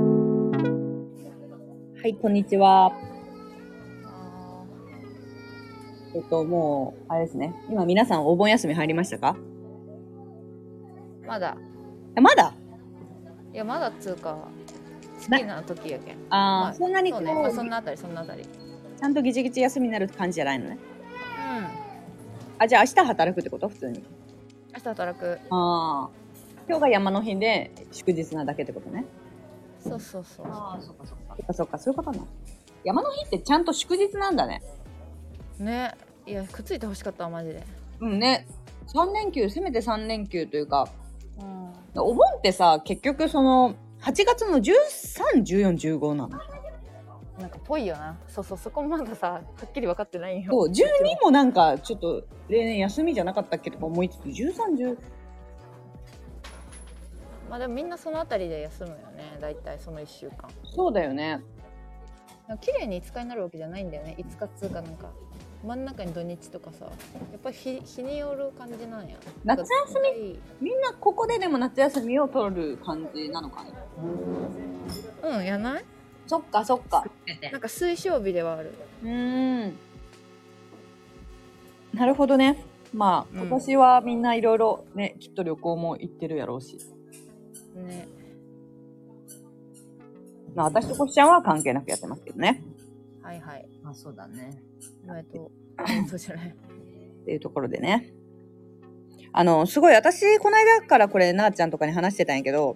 はい、こんにちは。あえっと、もう、あれですね。今皆さんお盆休み入りましたかーまだえまだいやまだっつうか好きな時やけんあーはいそんなにそこうう、ね、まあ、そんなあたりそんなあたりちゃんとぎちぎち休みになる感じじゃないのね。うんあ、じゃあ明日働くってこと普通に。明日働くああ。今日が山の日で祝日なだけってことね。そうそうそうああ、そっかそっか。そっかそっか、そういうことな。山の日ってちゃんと祝日なんだね。ねいやくっついてほしかったわマジでうんね。3連休、せめて3連休というか、うんお盆ってさ、結局その、8月の13、14、15なの。なんかぽいよなそうそうそこまださはっきり分かってないんよそう、12もなんか、ちょっと、例年休みじゃなかったっけとか思いつつ、13、10、まあでもみんなそのあたりで休むよね大体その1週間そうだよね。なんか綺麗に5日になるわけじゃないんだよね5日っつうかなんか真ん中に土日とかさやっぱり日日による感じなんや夏休みみみんなここででも夏休みを取る感じなのかね。うんやないそっかそっか。なんか推奨日ではあるうーん。なるほどね。まあ、うん今年はみんないろいろね、きっと旅行も行ってるやろうし。ねまあ、私とこしちゃんは関係なくやってますけどね。はいはいまあそうだね。おめでとうおめでとうじゃないっていうところでね。あの、すごい、私、この間からこれ、なあちゃんとかに話してたんやけど、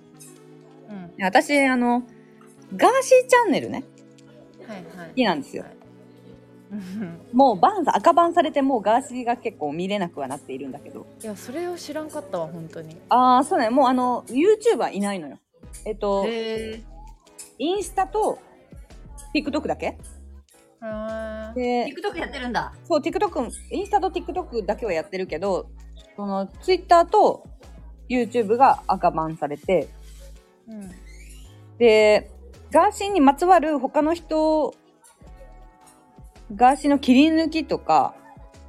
うん私、あの、ガーシーチャンネルね、はいはい好きなんですよ。うんもうバン、赤バンされて、もうガーシーが結構見れなくはなっているんだけど。いやそれを知らんかったわ本当にああ、そうね。もうあの、YouTuber いないのよ。えっと、へえインスタと TikTok だけで、 TikTok やってるんだ。そう、TikTok、インスタと TikTok だけはやってるけど、その Twitter と YouTube が赤バンされて、うんで、ガーシーにまつわる他の人、ガーシーの切り抜きとか、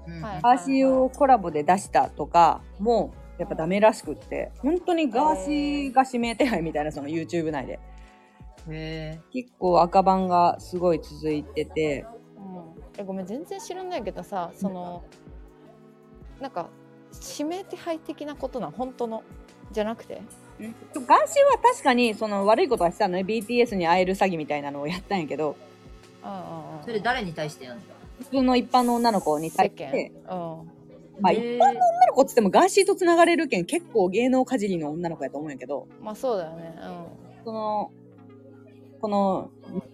うんはいガーシーをコラボで出したとかもやっぱダメらしくって本当にガーシーが指名手配みたいなその YouTube 内でへ結構赤番がすごい続いててうんえごめん全然知らないけどさそのなんか指名手配的なことなん本当のじゃなくてガーシーは確かにその悪いことはしたのね BTS に会える詐欺みたいなのをやったんやけどああああーそれ誰に対してやるんだ普通の一般の女の子に対世し間て、うんまあ、一へー女の子っつってもガーシーとつながれるけん結構芸能かじりの女の子やと思うんやけどまあそうだよねそのこの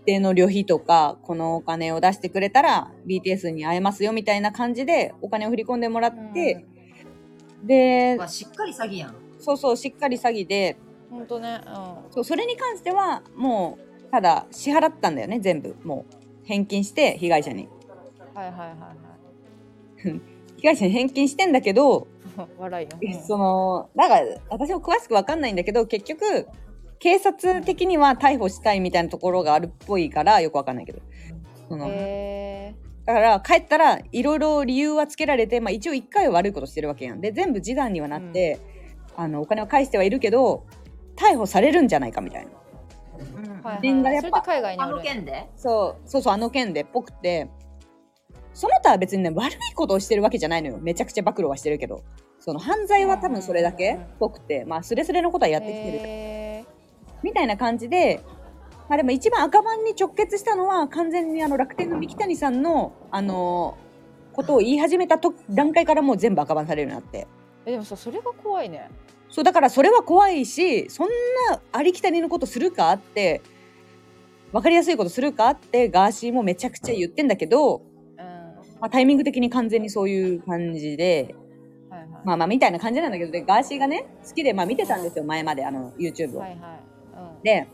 日程の旅費とかこのお金を出してくれたら BTS に会えますよみたいな感じでお金を振り込んでもらうんって、でうわしっかり詐欺やん。そうそうしっかり詐欺で本当ねそうそれに関してはもうただ支払ったんだよね全部もう返金して被害者にうんはいはいはいは被害者に返金してんだけど、い笑いよそのなんか私も詳しく分かんないんだけど結局警察的には逮捕したいみたいなところがあるっぽいからよく分かんないけど。そのへえだから帰ったらいろいろ理由はつけられて、まあ、一応一回は悪いことしてるわけやんで全部示談にはなって、あのお金を返してはいるけど逮捕されるんじゃないかみたいなはいはいみんなやっそれぱで海外にあおるの件でそうそうそうあの件でっぽくてその他は別にね悪いことをしてるわけじゃないのよめちゃくちゃ暴露はしてるけどその犯罪は多分それだけっぽくて、まあ、スレスレのことはやってきてるへみたいな感じで、まあ、でも一番赤番に直結したのは完全にあの楽天の三木谷さんの、あのーことを言い始めたと段階からもう全部赤番されるようになってえでもさそれが怖いねそうだからそれは怖いしそんなありきたりのことするかあって分かりやすいことするかあってガーシーもめちゃくちゃ言ってんだけど、うんはいまあ、タイミング的に完全にそういう感じではいまあまあみたいな感じなんだけどでガーシーがね好きでまあ見てたんですよ前まであの YouTube を。はいはいうんで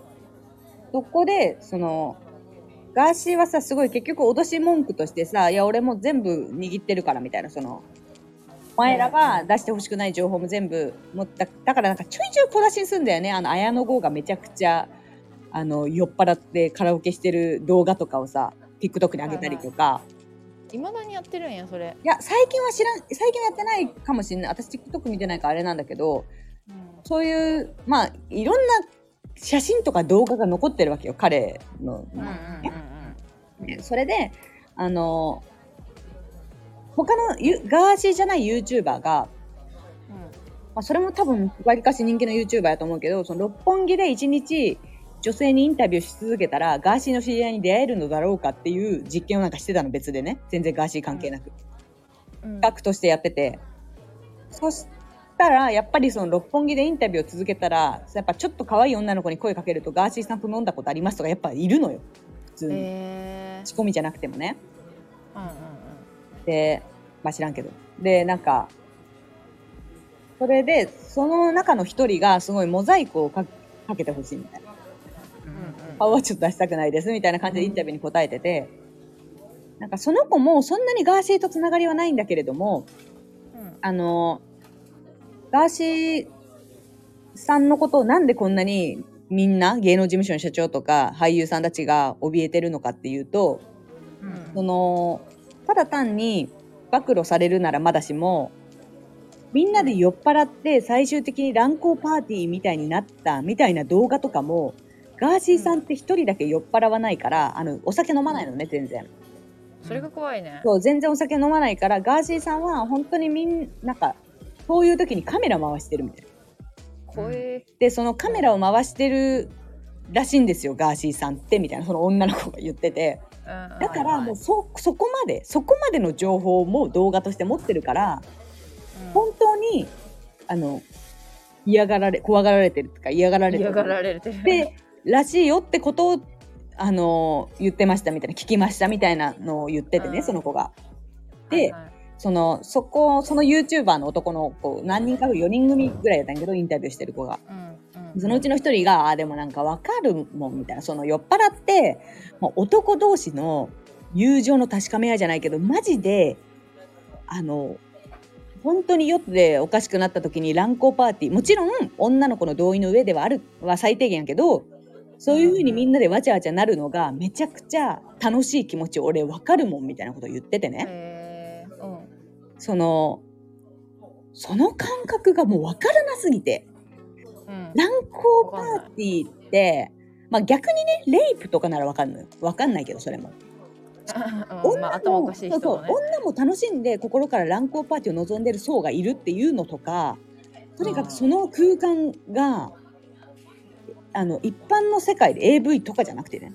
そこでそのガーシーはさすごい結局脅し文句としてさ「いや俺もう全部握ってるから」みたいなそのお前らが出してほしくない情報も全部持っただからなんかちょいちょい小出しにすんだよねあの綾野剛がめちゃくちゃあの酔っ払ってカラオケしてる動画とかをさ TikTok に上げたりとか、いまだにやってるんやそれいや最近は知らん最近はやってないかもしれない私 TikTok 見てないからあれなんだけどうんそういう、まあ、いろんな写真とか動画が残ってるわけよ、彼の。うんうんうんねそれで、あの、他のユガーシーじゃない YouTuber が、まあ、それも多分、わりかし人気の YouTuber やと思うけど、その六本木で一日女性にインタビューし続けたら、ガーシーの知り合いに出会えるのだろうかっていう実験をなんかしてたの、別でね。全然ガーシー関係なく。うんうん企画としてやってて。そしたら、やっぱりその六本木でインタビューを続けたら、やっぱちょっと可愛い女の子に声かけると、ガーシーさんと飲んだことありますとか、やっぱいるのよ。普通に。え仕込みじゃなくてもね。ーうんうんで、まあ知らんけど。で、なんか、それで、その中の一人がすごいモザイクをかかけてほしいみたいな。うん顔はちょっと出したくないですみたいな感じでインタビューに答えてて、なんかその子もそんなにガーシーとつながりはないんだけれども、うんうんあの、ガーシーさんのことをなんでこんなにみんな芸能事務所の社長とか俳優さんたちが怯えてるのかっていうと、うんうんそのただ単に暴露されるならまだしもみんなで酔っ払って最終的に乱行パーティーみたいになったみたいな動画とかもガーシーさんって一人だけ酔っ払わないからあのお酒飲まないのね全然それが怖いねそう全然お酒飲まないからガーシーさんは本当にみんなんかそういう時にカメラ回してるみたいな怖いでそのカメラを回してるらしいんですよガーシーさんってみたいなその女の子が言っててだだかはらいはいもうそそこまでそこまでの情報も動画として持ってるから本当にあの嫌がられ怖がられてるとか嫌がられて嫌るがられてるでらしいよってことをあの言ってましたみたいな聞きましたみたいなのを言っててね、うんその子が。はいで、はいそのそこその YouTuber の男の子何人か4人組ぐらいやったんやけどインタビューしてる子が。うんうんそのうちの一人が、あーでもなんかわかるもんみたいな、その酔っ払って、もう男同士の友情の確かめ合いじゃないけど、マジで、あの、本当に酔っておかしくなった時に乱行パーティー、もちろん女の子の同意の上ではある、は最低限やけど、そういうふうにみんなでわちゃわちゃなるのがめちゃくちゃ楽しい気持ち俺わかるもんみたいなこと言っててね。へーうんその、その感覚がもうわからなすぎて。うん乱行パーティーって、まあ逆にね、レイプとかならわかんない。わかんないけど、それも。うんまあ頭おかしい人そうもそうね女も楽しんで心から乱行パーティーを望んでる層がいるっていうのとか、とにかくその空間が、あの、一般の世界で AV とかじゃなくてね、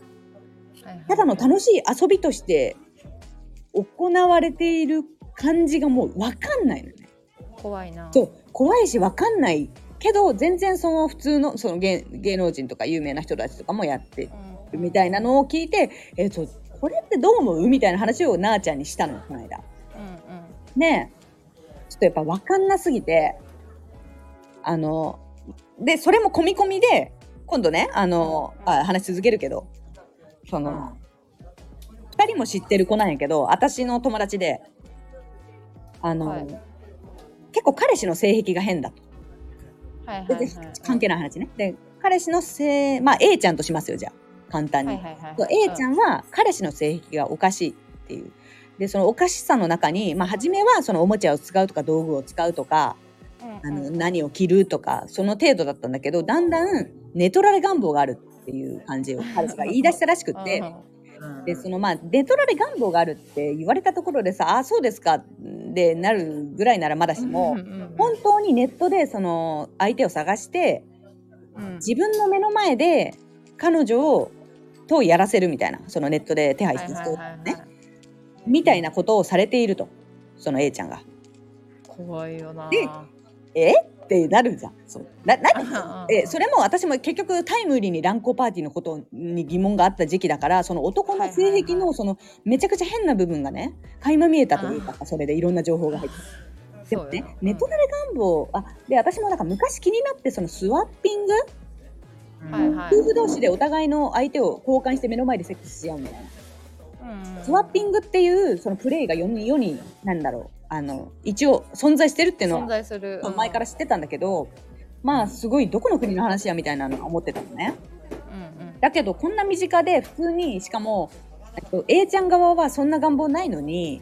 はいはいただの楽しい遊びとして行われている感じがもうわかんないのね。怖いなそう怖いし分かんないけど全然その普通のその芸芸能人とか有名な人たちとかもやってうるんみたいなのを聞いて「えっとこれってどう思う?」みたいな話をなあちゃんにしたのこの間。うんうんねえちょっとやっぱ分かんなすぎてあのでそれも込み込みで今度ねあのあ話し続けるけどその。2人も知ってる子なんやけど私の友達であの、はい結構彼氏の性癖が変だとはいはい全はい然関係ない話ねで彼氏の性まあ A ちゃんとしますよじゃあ簡単に、はいはいはいそう A ちゃんは彼氏の性癖がおかしいっていうでそのおかしさの中に、まあ、初めはそのおもちゃを使うとか道具を使うとかあうんうのん何を着るとかその程度だったんだけどだんだん寝取られ願望があるっていう感 じを彼氏が言い出したらしくってうんうんうんでそのまあデトラレ願望があるって言われたところでさああそうですかでなるぐらいならまだしもうんうん本当にネットでその相手を探してうん自分の目の前で彼女をとやらせるみたいなそのネットで手配してはいそうはいはいはいねみたいなことをされているとその A ちゃんが。怖いよなでえってなるじゃん。そうななえそれれも私も結局タイムリーに乱行パーティーのことに疑問があった時期だからその男の性癖はいはいはのいそのめちゃくちゃ変な部分がね垣間見えたというかそれでいろんな情報が入ってでもね寝取られ願望あで私もなんか昔気になってそのスワッピングはいはい夫婦同士でお互いの相手を交換して目の前でセックスし合うみたいなスワッピングっていうそのプレイが世に世になんだろうあの一応存在してるっていうの存は在するうん前から知ってたんだけどまあすごいどこの国の話やみたいなのは思ってたのね。うんだけどこんな身近で普通にしかもえっと A ちゃん側はそんな願望ないのに、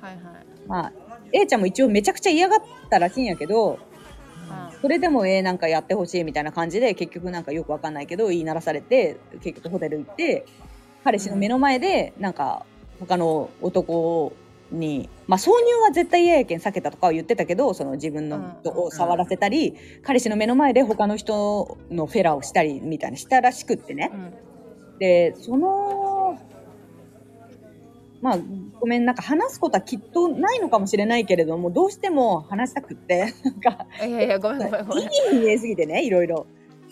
うんはいはいまあ、A ちゃんも一応めちゃくちゃ嫌がったらしいんやけどあそれでもええなんかやってほしいみたいな感じで結局なんかよくわかんないけど言いならされて結局ホテル行って彼氏の目の前でなんか他の男に、まあ、挿入は絶対嫌やけん避けたとかは言ってたけどその自分のことを触らせたり、彼氏の目の前で他の人のフェラをしたりみたいなしたらしくってねう。んでそのまあごめんなんか話すことはきっとないのかもしれないけれどもどうしても話したく ってなんかいやいやごめんごめんごめんいいいに見えすぎてねいろいろ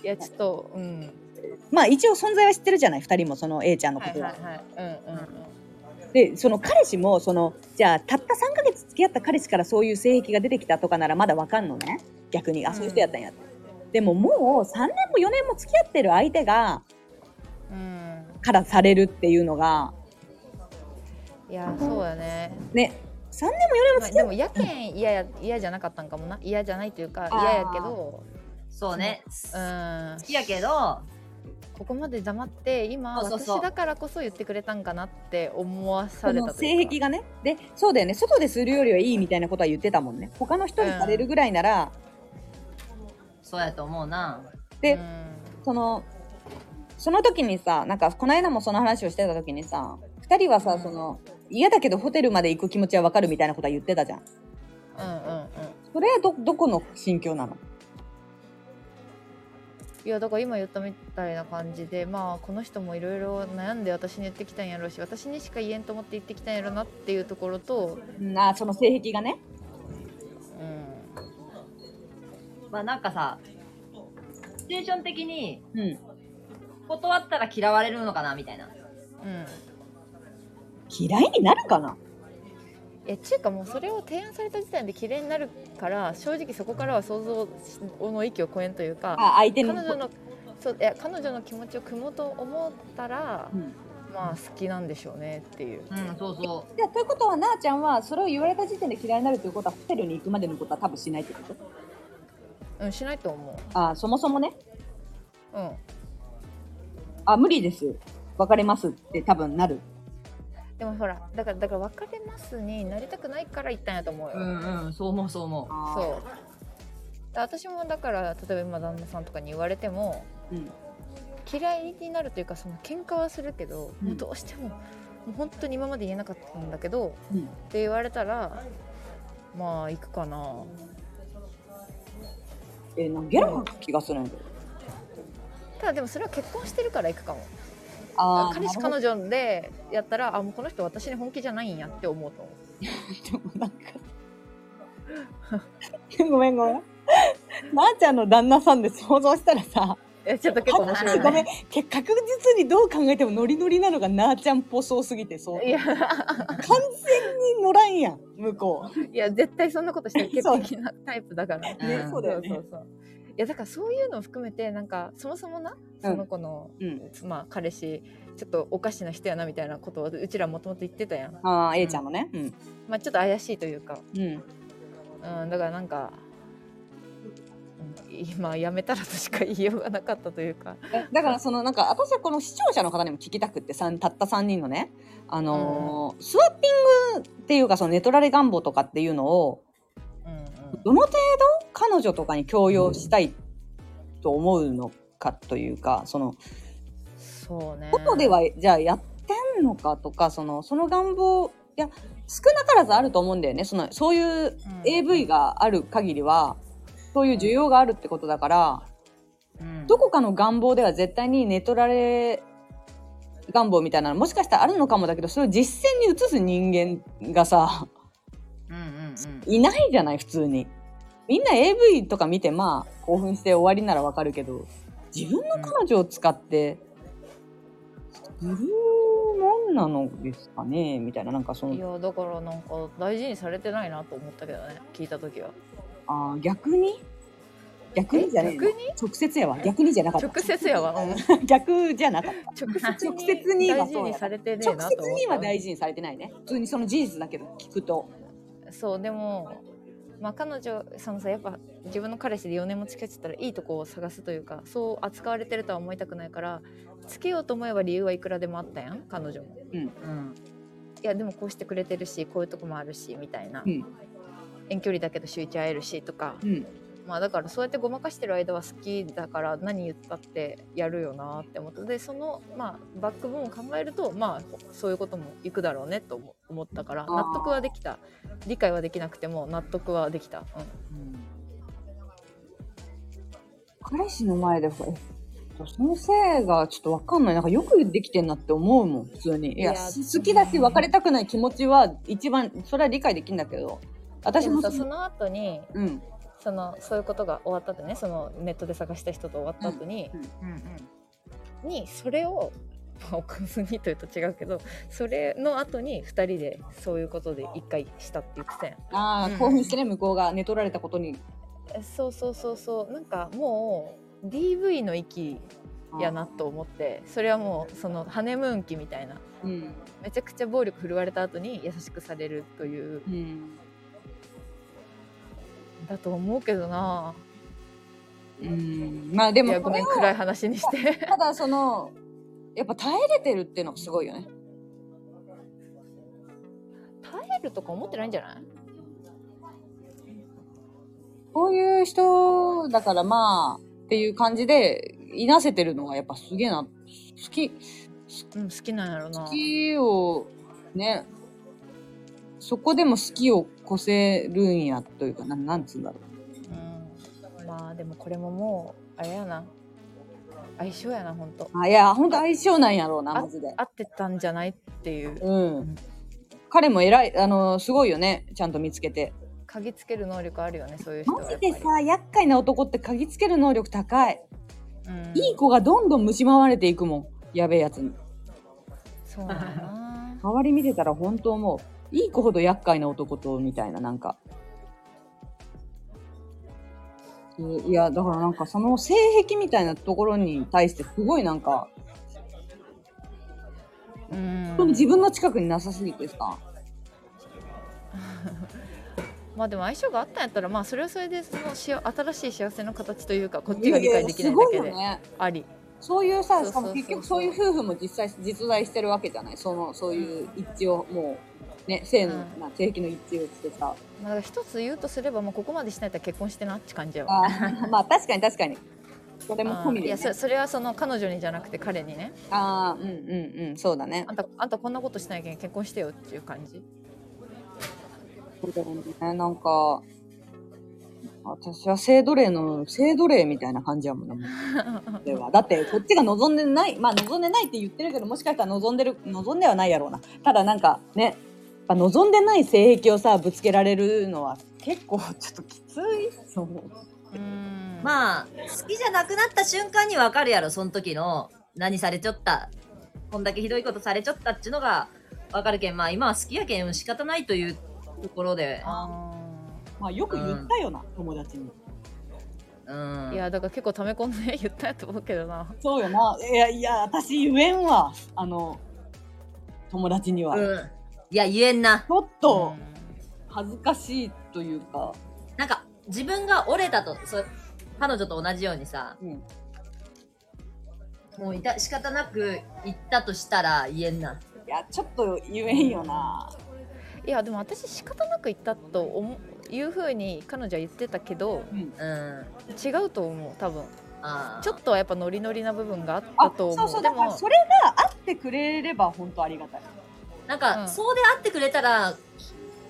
やちょっとうんまあ一応存在は知ってるじゃない2人もその A ちゃんのこはいとは。はいはいうんうんうんでその彼氏もそのじゃあたった3ヶ月付き合った彼氏からそういう性癖が出てきたとかならまだわかんのね逆にあそういう人やったんやって。でももう3年も4年も付き合ってる相手がうんからされるっていうのがいやそうやね、ね3年も4年もまあ、付きで合っもやけん嫌や嫌じゃなかったんかもな嫌じゃないというかあー嫌やけどそうね。うん好きやけど、ここまで黙って今そうそうそう私だからこそ言ってくれたんかなって思わさそれのたという性か癖がねでそうだよね外でするよりはいいみたいなことは言ってたもんね他の人にされるぐらいなら、そうやと思うな。で、うんそのその時にさなんかこの間もその話をしてた時にさ2人はさ、うんその嫌だけどホテルまで行く気持ちはわかるみたいなことは言ってたじゃんうんうんうんそれはどどこの心境なのいやだから今言ったみたいな感じでまあこの人もいろいろ悩んで私に言ってきたんやろうし私にしか言えんと思って言ってきたんやろなっていうところと、うんあーその性癖がねうん、まあなんかさ、シチュエーション的にうん断ったら嫌われるのかなみたいな。うん嫌いになるかなえちゅうかもうそれを提案された時点で綺麗になるから正直そこからは想像の域を超えんというかあ相手彼の女のそういや彼女の気持ちを汲もうと思ったら、うんまあ好きなんでしょうねっていううん、そうそじゃあということはなあちゃんはそれを言われた時点で嫌いになるということはホテルに行くまでのことは多分しないってことうんしないと思あーそもそもねううんあ無理です別れますって多分なるでもほらだからだから別れますになりたくないから言ったんやと思うよ、う。うんうん、そう思うそう思そそうだ私もだから例えば今旦那さんとかに言われてもう、うん、嫌いになるというかその喧嘩はするけど、うんもうどうしてももう本当に今まで言えなかったんだけどうんって言われたらまあ行くかなえー、なんかゲロ吐く気がするんだけどただでもそれは結婚してるから行くかもあー彼氏なる彼女でやったらあもうこの人私に本気じゃないんやって思うと思ほうどでもなんか ごめんごめんなあちゃんの旦那さんで想像したらさえちょっと結構面白い、ね、ごめんけ確実にどう考えてもノリノリなのがなあちゃんっぽそうすぎてそう完いや全に乗らんやん向こういや絶対そんなことしてる潔癖なタイプだからう。 ねうんそうだよねそうそういやだからそういうのを含めてなんかそもそもなその子の、うんまあ、彼氏ちょっとおかしな人やなみたいなことをうちらもともと言ってたやん、ああ A ちゃんのねうんまあ、ちょっと怪しいというか、うんうん、だからなんか、うん、今やめたらとしか言いようがなかったというか、えだからそのなんか私はこの視聴者の方にも聞きたくってさんたった3人のね、あのースワッピングっていうかその寝取られ願望とかっていうのをうんうん、どの程度彼女とかに強要したいと思うのかというかそのそうね外ではじゃあやってんのかとかそのその願望いや少なからずあると思うんだよねそのそういううん AV がある限りはそういう需要があるってことだからうん。どこかの願望では絶対に寝取られ願望みたいなのもしかしたらあるのかもだけどそれを実践に移す人間がさうんうんうん。いないじゃない普通にみんな AV とか見てまあ興奮して終わりならわかるけど自分の彼女を使ってするもんなのですかねみたいななんかそいのやだからなんか大事にされてないなと思ったけどね聞いた時はあー逆に逆にじゃねえな 逆に直接やわ逆にじゃなかった直接やわ、う ん、逆じゃなかった直 接に直接には大そう事やになされてねえ直な接と思ったには大事にされてないね普通にその事実だけど聞くとそうでも、まあ、彼女そのさやっぱ自分の彼氏で4年も付き合ってたらいいとこを探すというかそう扱われてるとは思いたくないからつけようと思えば理由はいくらでもあったやん彼女も。うん。いやでもこうしてくれてるしこういうとこもあるしみたいな、うん遠距離だけど週一会えるしとかうんまあだからそうやってごまかしてる間は好きだから何言ったってやるよなって思ってでそのまあバックボーンを考えるとまあそういうこともいくだろうねと思思ったからあー納得はできた理解はできなくても納得はできた、彼氏の前で、えそのせいがちょっとわかんない。なんかよくできてんなって思うもん、普通に。いや、いや好きだし、別れたくない気持ちは一番、それは理解できるんだけど、うん、私でももさそその、の後にうん。そのそういうことが終わった後ねそのネットで探した人と終わった後に、にそれをまあおかずにというと違うけどそれの後に2人でそういうことで1回したって言ってたやんああ、うん興奮してね、向こうが寝取られたことに。えそうそうそうそうなんかもう DV の域やなと思ってそれはもうそのハネムーン期みたいなうん。めちゃくちゃ暴力振るわれた後に優しくされるといううん。だと思うけどなうん。まあでいやも、こごめれんを暗い話にしてただその、やっぱ耐えれてるっていうのがすごいよね。耐えるとか思ってないんじゃないこういう人だからまあ、っていう感じで、いなせてるのがやっぱすげえな。好き、うん好きなんやろな好きを、ね、そこでも好きを越せるんやというか、なんなんつうんだろうんまあでもこれももうあれやな相性やなほんとう。あいや、ほんと相性なんやろうな、マジで。合ってたんじゃないっていううん。彼も偉い、あの、すごいよね。ちゃんと見つけて。嗅ぎつける能力あるよねそういう人はマジやっぱりでさ、厄介な男って嗅ぎつける能力高い。うんいい子がどんどん蝕まれていくもん。やべえやつに。そうなんやな周り見てたら本当もう、いい子ほど厄介な男と、みたいな、なんか。うんいや、だからなんかその性癖みたいなところに対してすごいなんか、うん本当に自分の近くになさすぎてさ。まあでも相性があったんやったらまあそれはそれでそのしあ新しい幸せの形というかこっちが理解できないだけややすごいでよね。ありそういうさ、そうしそかうそうも結局そういう夫婦も実際、実在してるわけじゃないその、そういう一致を、もう、ね、性の、うんな性癖の一致をして さ。まあだから一つ言うとすればもうここまでしないと結婚してなって感じやわあーまあ確かに確かに。それも込みいで、やね。そそれはその彼女にじゃなくて彼にねああ、うんうんうん、そうだねあ。んたあんたこんなことしないけん結婚してよっていう感じそうだよね。なんか、私は性奴隷の、性奴隷みたいな感じやもんね。では。だって、こっちが望んでない、まあ望んでないって言ってるけど、もしかしたら望んでる、望んではないやろうな。ただなんかね、やっぱ望んでない性癖をさ、ぶつけられるのは結構ちょっときつい。そう。うんまあまあ、好きじゃなくなった瞬間にわかるやろ、その時の、何されちょった、こんだけひどいことされちょったっちゅのがわかるけん、まあ今は好きやけん仕方ないというところで、まあよく言ったよな、友達に。うん。いやだから結構溜め込んで言ったやと思うけどなそうよな。いやいや、私言えんわ。あの、友達には。ちうん。いや、言えんな。ょっうとん恥ずかしいというか。なんか、自分が折れたと、そう彼女と同じようにさ、うんもういた仕方なく言ったとしたら言えんな。いや、ちょっと言えんよな。いやでも私仕方なく言ったと思ういうふうに彼女は言ってたけどうん。うん。違うと思う多分あちょっとはやっぱノリノリな部分があっあた、とそう思うそう、でだからもそれがあってくれれば本当ありがたい。なんうか、んそうであってくれたら、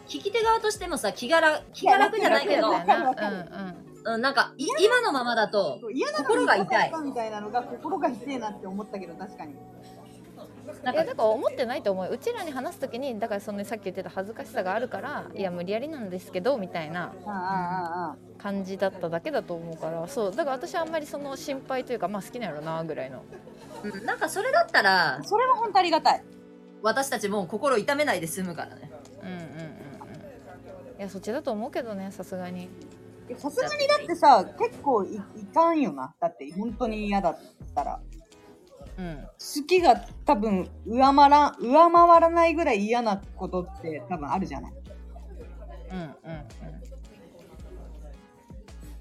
き聞き手側としてもさ、気がら気が楽じゃないけどい、や楽だようんわかるわかうん、なんか、い今のままだと、嫌な心が痛いみたいなのが心が痛いなって思ったけど確かに。うなんいんやか、だから思ってないと思ううちらに話す時にだからそのさっき言ってた恥ずかしさがあるからいや無理やりなんですけどみたいなああああああ。感じだっただけだと思うからそうだから私はあんまりその心配というかまあ好きなんやろなぐらいのうんなんかそれだったら、それは本当ありがたい。私たちもう心痛めないで済むからね。うんうんうんうんいやそっちだと思うけどねさすがにいやさすがにだってさ、結構いいかんよな。だって本当に嫌だったら。うん好きが多分上回らん上回らないぐらい嫌なことって多分あるじゃない。うんうんうん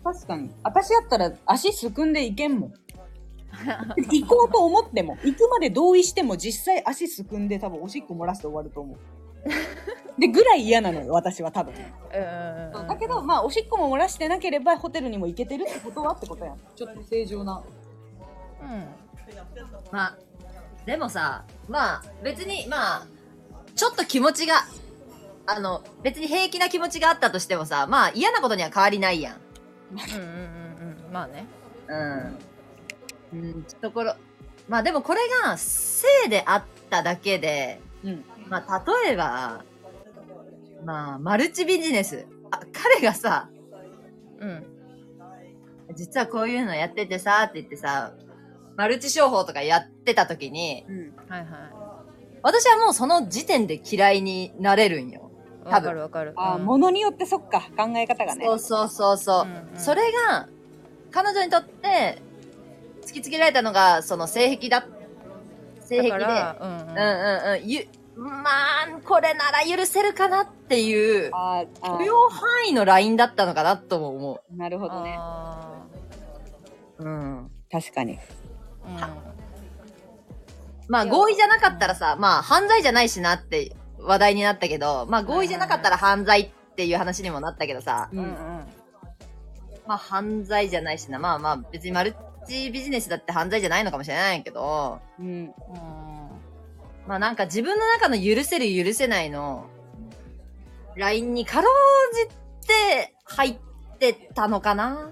確かに。私やったら足すくんでいけんもん。行こうと思っても、行くまで同意しても実際足すくんで多分おしっこ漏らして終わると思う。で、ぐらい嫌なのよ、私は多分。うんうんうんだけど、まあ、おしっこも漏らしてなければ、ホテルにも行けてるってことはってことやん。ちょっと正常な。まあ、でもさ、まあ、別に、まあ、ちょっと気持ちが、あの、別に平気な気持ちがあったとしてもさ、まあ嫌なことには変わりないやん。うんうんうんうんまあねうん。うん、ところ、まあでもこれが性であっただけで、うん。まあ例えば、まあ、マルチビジネス。あ、彼がさ、うん実はこういうのやっててさ、って言ってさ、マルチ商法とかやってた時に、うん。はいは私はもうその時点で嫌いになれるんよ。いわかるわかるああ、うんものによってそっか、考え方がね。そうそうそうそうう。んうんそれが、彼女にとって、突きつけられたのが、その性癖だ、性だ癖かで、らううんんうんうん、ゆ、まあ、これなら許せるかなっていう、あーあ許ー、容範囲のラインだったのかなとも思なるほどね。あう。うん。確かに。ーうんまあ、いや合意じゃなかったらさ、まあ、犯罪じゃないしなって話題になったけど、まあ、合意じゃなかったら犯罪っていう話にもなったけどさ、ううんん。うんまあ、犯罪じゃないしな、まあまあ、別にマルチビジネスだって犯罪じゃないのかもしれないけど、うん。まあなんか自分の中の許せる許せないの、ラインにかろうじて入ってたのかな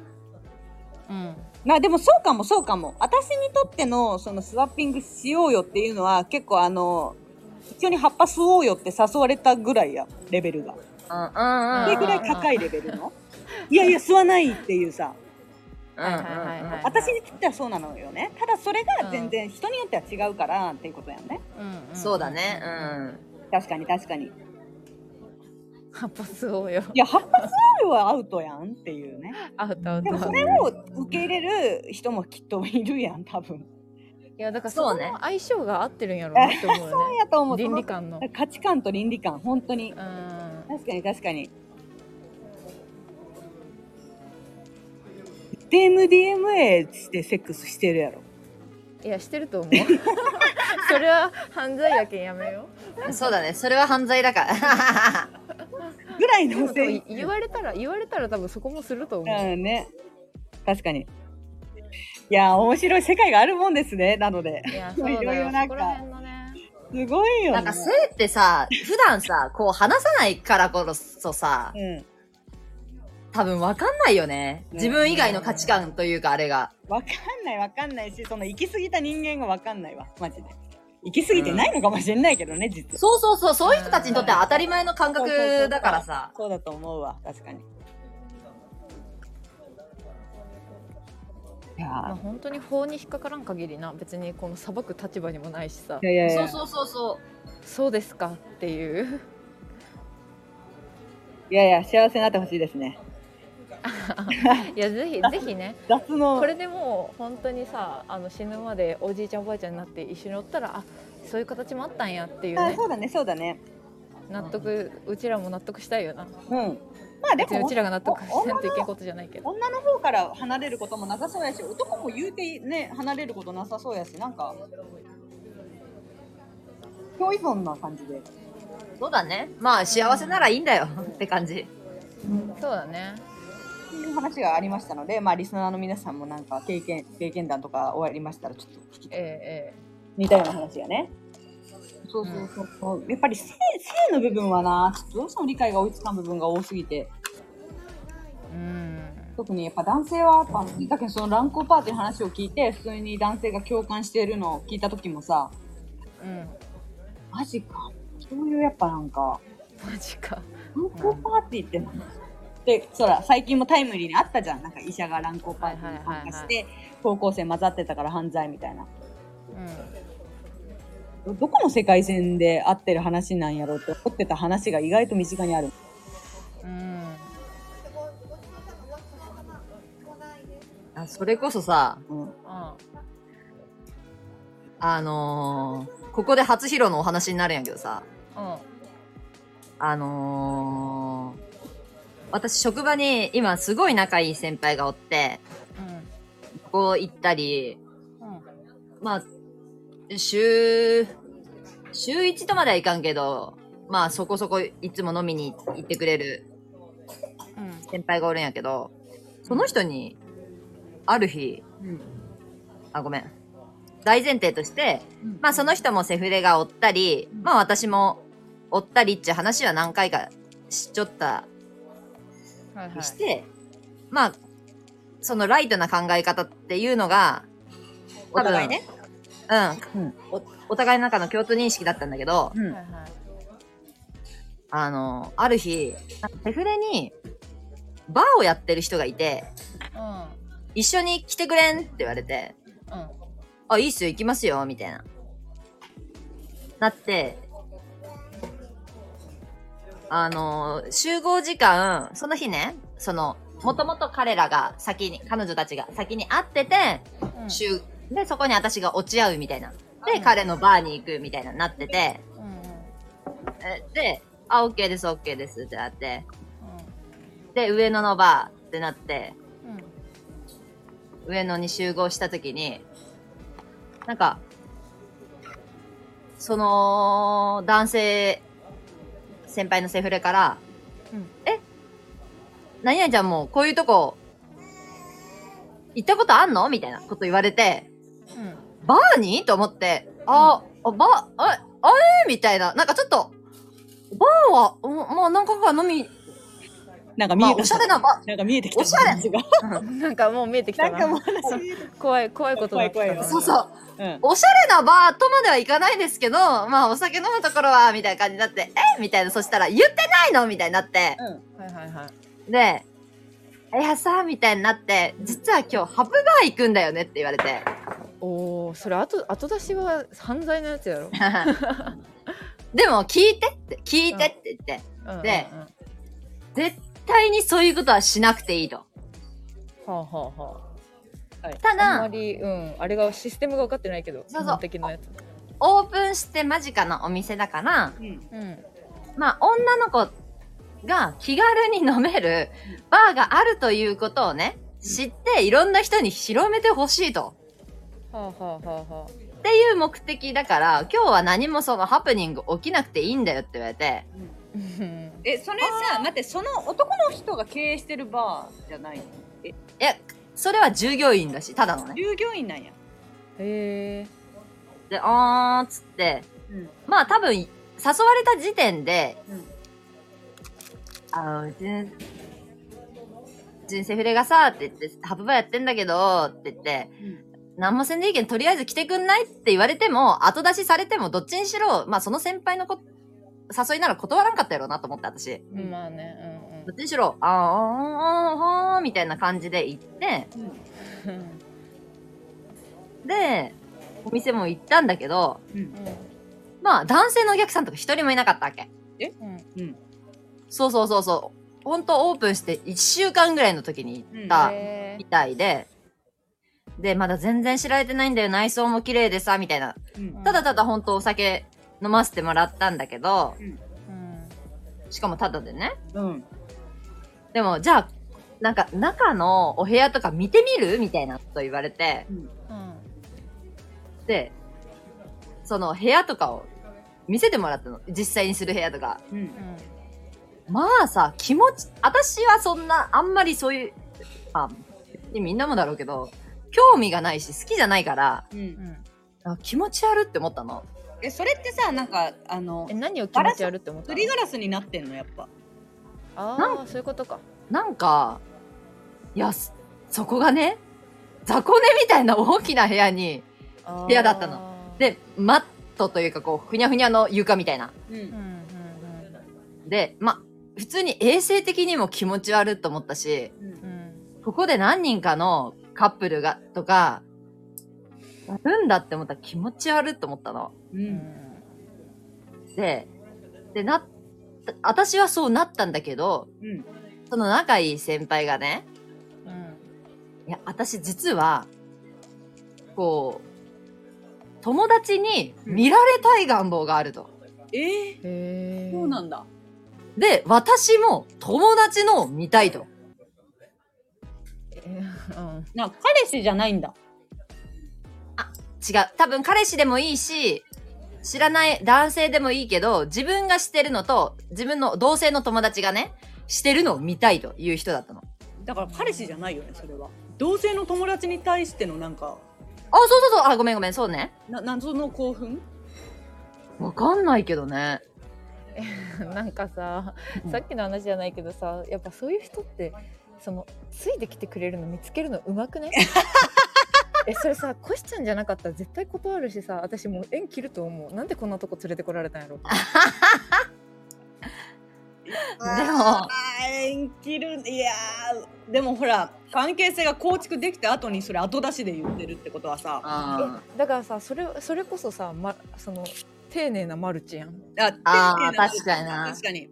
うんまあでもそうかもそうかも。私にとってのそのスワッピングしようよっていうのは結構あの、一緒に葉っぱ吸おうよって誘われたぐらいや、レベルが。うんうんそあれーぐらい高いレベルの。 いやいや、吸わないっていうさ。うんうんうんはいはいはいはい私にとってはそうなのよね。ただそれが全然人によっては違うからっていうことやんね。うんんそうだね。うんん。確かに確かに。い葉っぱ吸おうよや、葉っぱ吸おうよはアウトやんっていうね。アウトアウでトもそアウトれを受け入れる人もきっといるやん、多分。いやだからそこそうねの相性が合ってるんやろうなって思うよそうねやと思う。倫理観のその価値観と倫理観、本当にう。ん確かに確かに DMDMA してセックスしてるやろいやしてると思う それは犯罪やけんやめよそうだね。それは犯罪だから。ぐらいうでもの多せい分言われたら言われたら多分そこもすると思ううんね確かにいや面白い世界があるもんですねなのでいやそうだよいろいろなんかそこら辺のねすごいよ、ね、なんか性ってさ、普段さ、こう話さないからこそさ、うん多分わかんないよね。自分以外の価値観というかあれが。わかんないわかんないしその行き過ぎた人間がわかんないわマジで行き過ぎてないのかもしれないけどね、実はそうそうそう、そういう人たちにとっては当たり前の感覚だからさ。そうだと思うわ確かにいやーまあ本当に法に引っかからん限りな別にこの裁く立場にもないしさいやいやいやそうそうそうそう。そうですかっていういやいや幸せになってほしいですねいやぜひぜひね雑のこれでもう本当にさあの死ぬまでおじいちゃんおばあちゃんになって一緒におったらあそういう形もあったんやっていうあねそうだねそうだね納得うちらも納得したいよなうんまあで別にもうちらが納得せんといけんことじゃないけど女の方から離れることもなさそうやし男も言うてね離れることなさそうやしなんか共依存な感じでそうだね。まあ幸せならいいんだよ って感じ。そうだねっていう話がありましたのでまあリスナーの皆さんもなんか経験経験談とか終わりましたらちょっと聞きたいええ似たような話がねそうそうそうそう、やっぱり性性の部分はなちょっとどうしても理解が追いつかん部分が多すぎてええうん特にやっぱ男性はやっぱだけどその乱交パーティーの話を聞いて普通に男性が共感してるのを聞いた時もさうんマジかそういうやっぱなんかマジか乱交パーティーってなんだでそら最近もタイムリーにあったじゃんなんか医者が乱交パーティーに参加して、高校生混ざってたから犯罪みたいなうんどこの世界線で合ってる話なんやろうって思ってた話が意外と身近にあるうんあそれこそさ、うんああのー、ここで初披露のお話になるんやけどさ、ああのー、私職場に今すごい仲いい先輩がおって、うんここ行ったり、うんまあ、週、週一とまではいかんけど、まあそこそこいつも飲みに行ってくれるうん先輩がおるんやけど、その人に、ある日、あ、ごめん。大前提として、うんまあその人もセフレがおったり、うんまあ私もおったりっていう話は何回かしちょったはいはりいして、まあ、そのライトな考え方っていうのが、お互いね。うん。うんおお互いの中の共通認識だったんだけど、うんはいはいあの、ある日、セフレに、バーをやってる人がいて、一緒に来てくれんって言われて、うんうんあ、いいっすよ、行きますよ、みたいな。なって、あのー集合時間、その日ね、その、もともと彼らが先に、彼女たちが先に会ってて、うん集で、そこに私が落ち合うみたいな。うで、ん彼のバーに行くみたいな、なってて、うんうんえで、あ、OK です、OK ですってなって、で、上野のバーってなって、うん上野に集合した時に、なんか、その、男性、先輩のセフレから、うんえ何々ちゃんもうこういうとこ、行ったことあんのみたいなこと言われて、うんバーにと思って、あ、あ、バー、あ、あれみたいな、なんかちょっと、バーは、うんまあ何回か飲み、なんか見えまあておきしたゃれなバなんか見えてきた。おしゃれ感じがうんなんかもう見えてきなたんなかもう話。怖い怖いことになってきた怖ないうー、そうそう。うん。おしゃれなバーとまではいかないですけど、まあお酒飲むところは、みたいな感じになって、えみたいな、そしたら、言ってないのみたいになって、はいはいはいで、いやさ、みたいになって、実は今日ハブバー行くんだよねって言わ れて、おおそれ後後出しは犯罪のやつやろ、でも聞いてって、聞いてって言って、うんうんうん、では絶対にそういうことはしなくていいと。あはあはたああんまだ、りうんあれがシステムが分かってないけどそうそう基本的なやつオープンして間近のお店だから、うん。うんまあ女の子が気軽に飲めるバーがあるということをね、知っていろんな人に広めてほしいと。はあはあはあは っていう目的だから、今日は何もそのハプニング起きなくていいんだよって言われて、あうんえ、それさ、待って、その男の人が経営してるバーじゃないのいや、それは従業員だし、ただのね。従業員なんや。へえで、あーっつって、うん。まあ多分、誘われた時点で、うんあの、うちの、うちのセフレがさ、って言って、ハブバーやってんだけど、って言って、何もせんでいいけん、とりあえず来てくんないって言われても、後出しされても、どっちにしろ、まあその先輩のこ誘いなら断らんかったやろうなと思って、私。うんまあねどっちにしろ、あーあー、あーあー、みたいな感じで行って、うんうんで、お店も行ったんだけど、うん。まあ男性のお客さんとか一人もいなかったわけ。うんうん。そうそうそうそう。ほんとオープンして1週間ぐらいの時に行ったへみたいで、で、まだ全然知られてないんだよ、内装も綺麗でさ、みたいな。うん。ただただほんとお酒飲ませてもらったんだけど、ーうんしかもただでね。うん。でも、じゃあ、なんか中のお部屋とか見てみるみたいなこと言われて、うんで、その部屋とかを見せてもらったの。実際にする部屋とか。うんう。んまあさ、気持ち、私はそんな、あんまりそういう、あ、みんなもだろうけど、興味がないし、好きじゃないから、うんう。んあ気持ち悪って思ったの。え、それってさ、なんか、あのえ、何を気持ち悪って思ったすのりガラスになってんの、やっぱ。ああそういうことかなんか、いや、そそこがね、雑魚寝みたいな大きな部屋に、あー部屋だったので、マットというかこう、ふにゃふにゃの床みたいな。ううんん。うんで、ま、普通に衛生的にも気持ち悪って思ったし、うんうんここで何人かのカップルが、とか、やるんだって思ったら気持ち悪って思ったの。う。うんんで、で、なった、私はそうなったんだけど、うん。その仲いい先輩がね、うんいや、私実は、こう、友達に見られたい願望があると。ええ。へえそうなんだ。で、私も友達のを見たいと。うんな、彼氏じゃないんだ。違う。多分彼氏でもいいし、知らない男性でもいいけど、自分がしてるのと、自分の同性の友達がね、してるのを見たいという人だったの。あ、だから彼氏じゃないよねそれは同性の友達に対してのなんかそうそうそう、あ、ごめんごめん、そうね。な謎の興奮わかんないけどね。 なんかさうんさっきの話じゃないけどさやっぱそういう人ってそのついてきてくれるの見つけるのうま くねえそれさコシちゃんじゃなかったら絶対断るしさ私もう縁切ると思うなんでこんなとこ連れてこられたんやろでも、あー縁切るいやーでもほら関係性が構築できた後にそれ後出しで言ってるってことはさあえだからさそれそれこそさ、ま、その丁寧なマルチやんあ丁寧あーな確かにな確かにい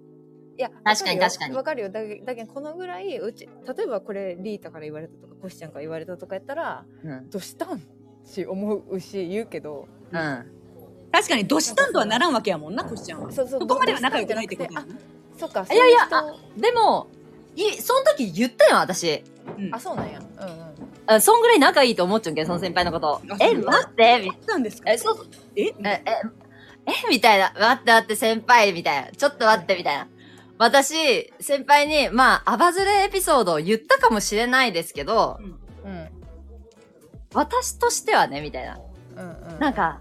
や確かに確かにわかるよだけだけどこのぐらいうち例えばこれリータから言われたとかコシちゃんから言われたとかやったらーうん。どうしたんし思うし言うけどうん。確かにどしたんとはならんわけやもんなコシちゃんはそうそうそこまでは仲良くないってことやあなそっかいやいやそうう人でも、い、その時言ったよ、私。うんあそうなんやうんうんあそんぐらい仲いいと思っちゃうんけん、その先輩のことあ。え、そう待って、みなんですかえ、そう、ええ、え、え、みたいな。待って待って、先輩、みたいな。ちょっと待って、みたいな。私、先輩に、まあ、アバズレエピソードを言ったかもしれないですけど、うん私としてはね、みたいな。うんうんなんか、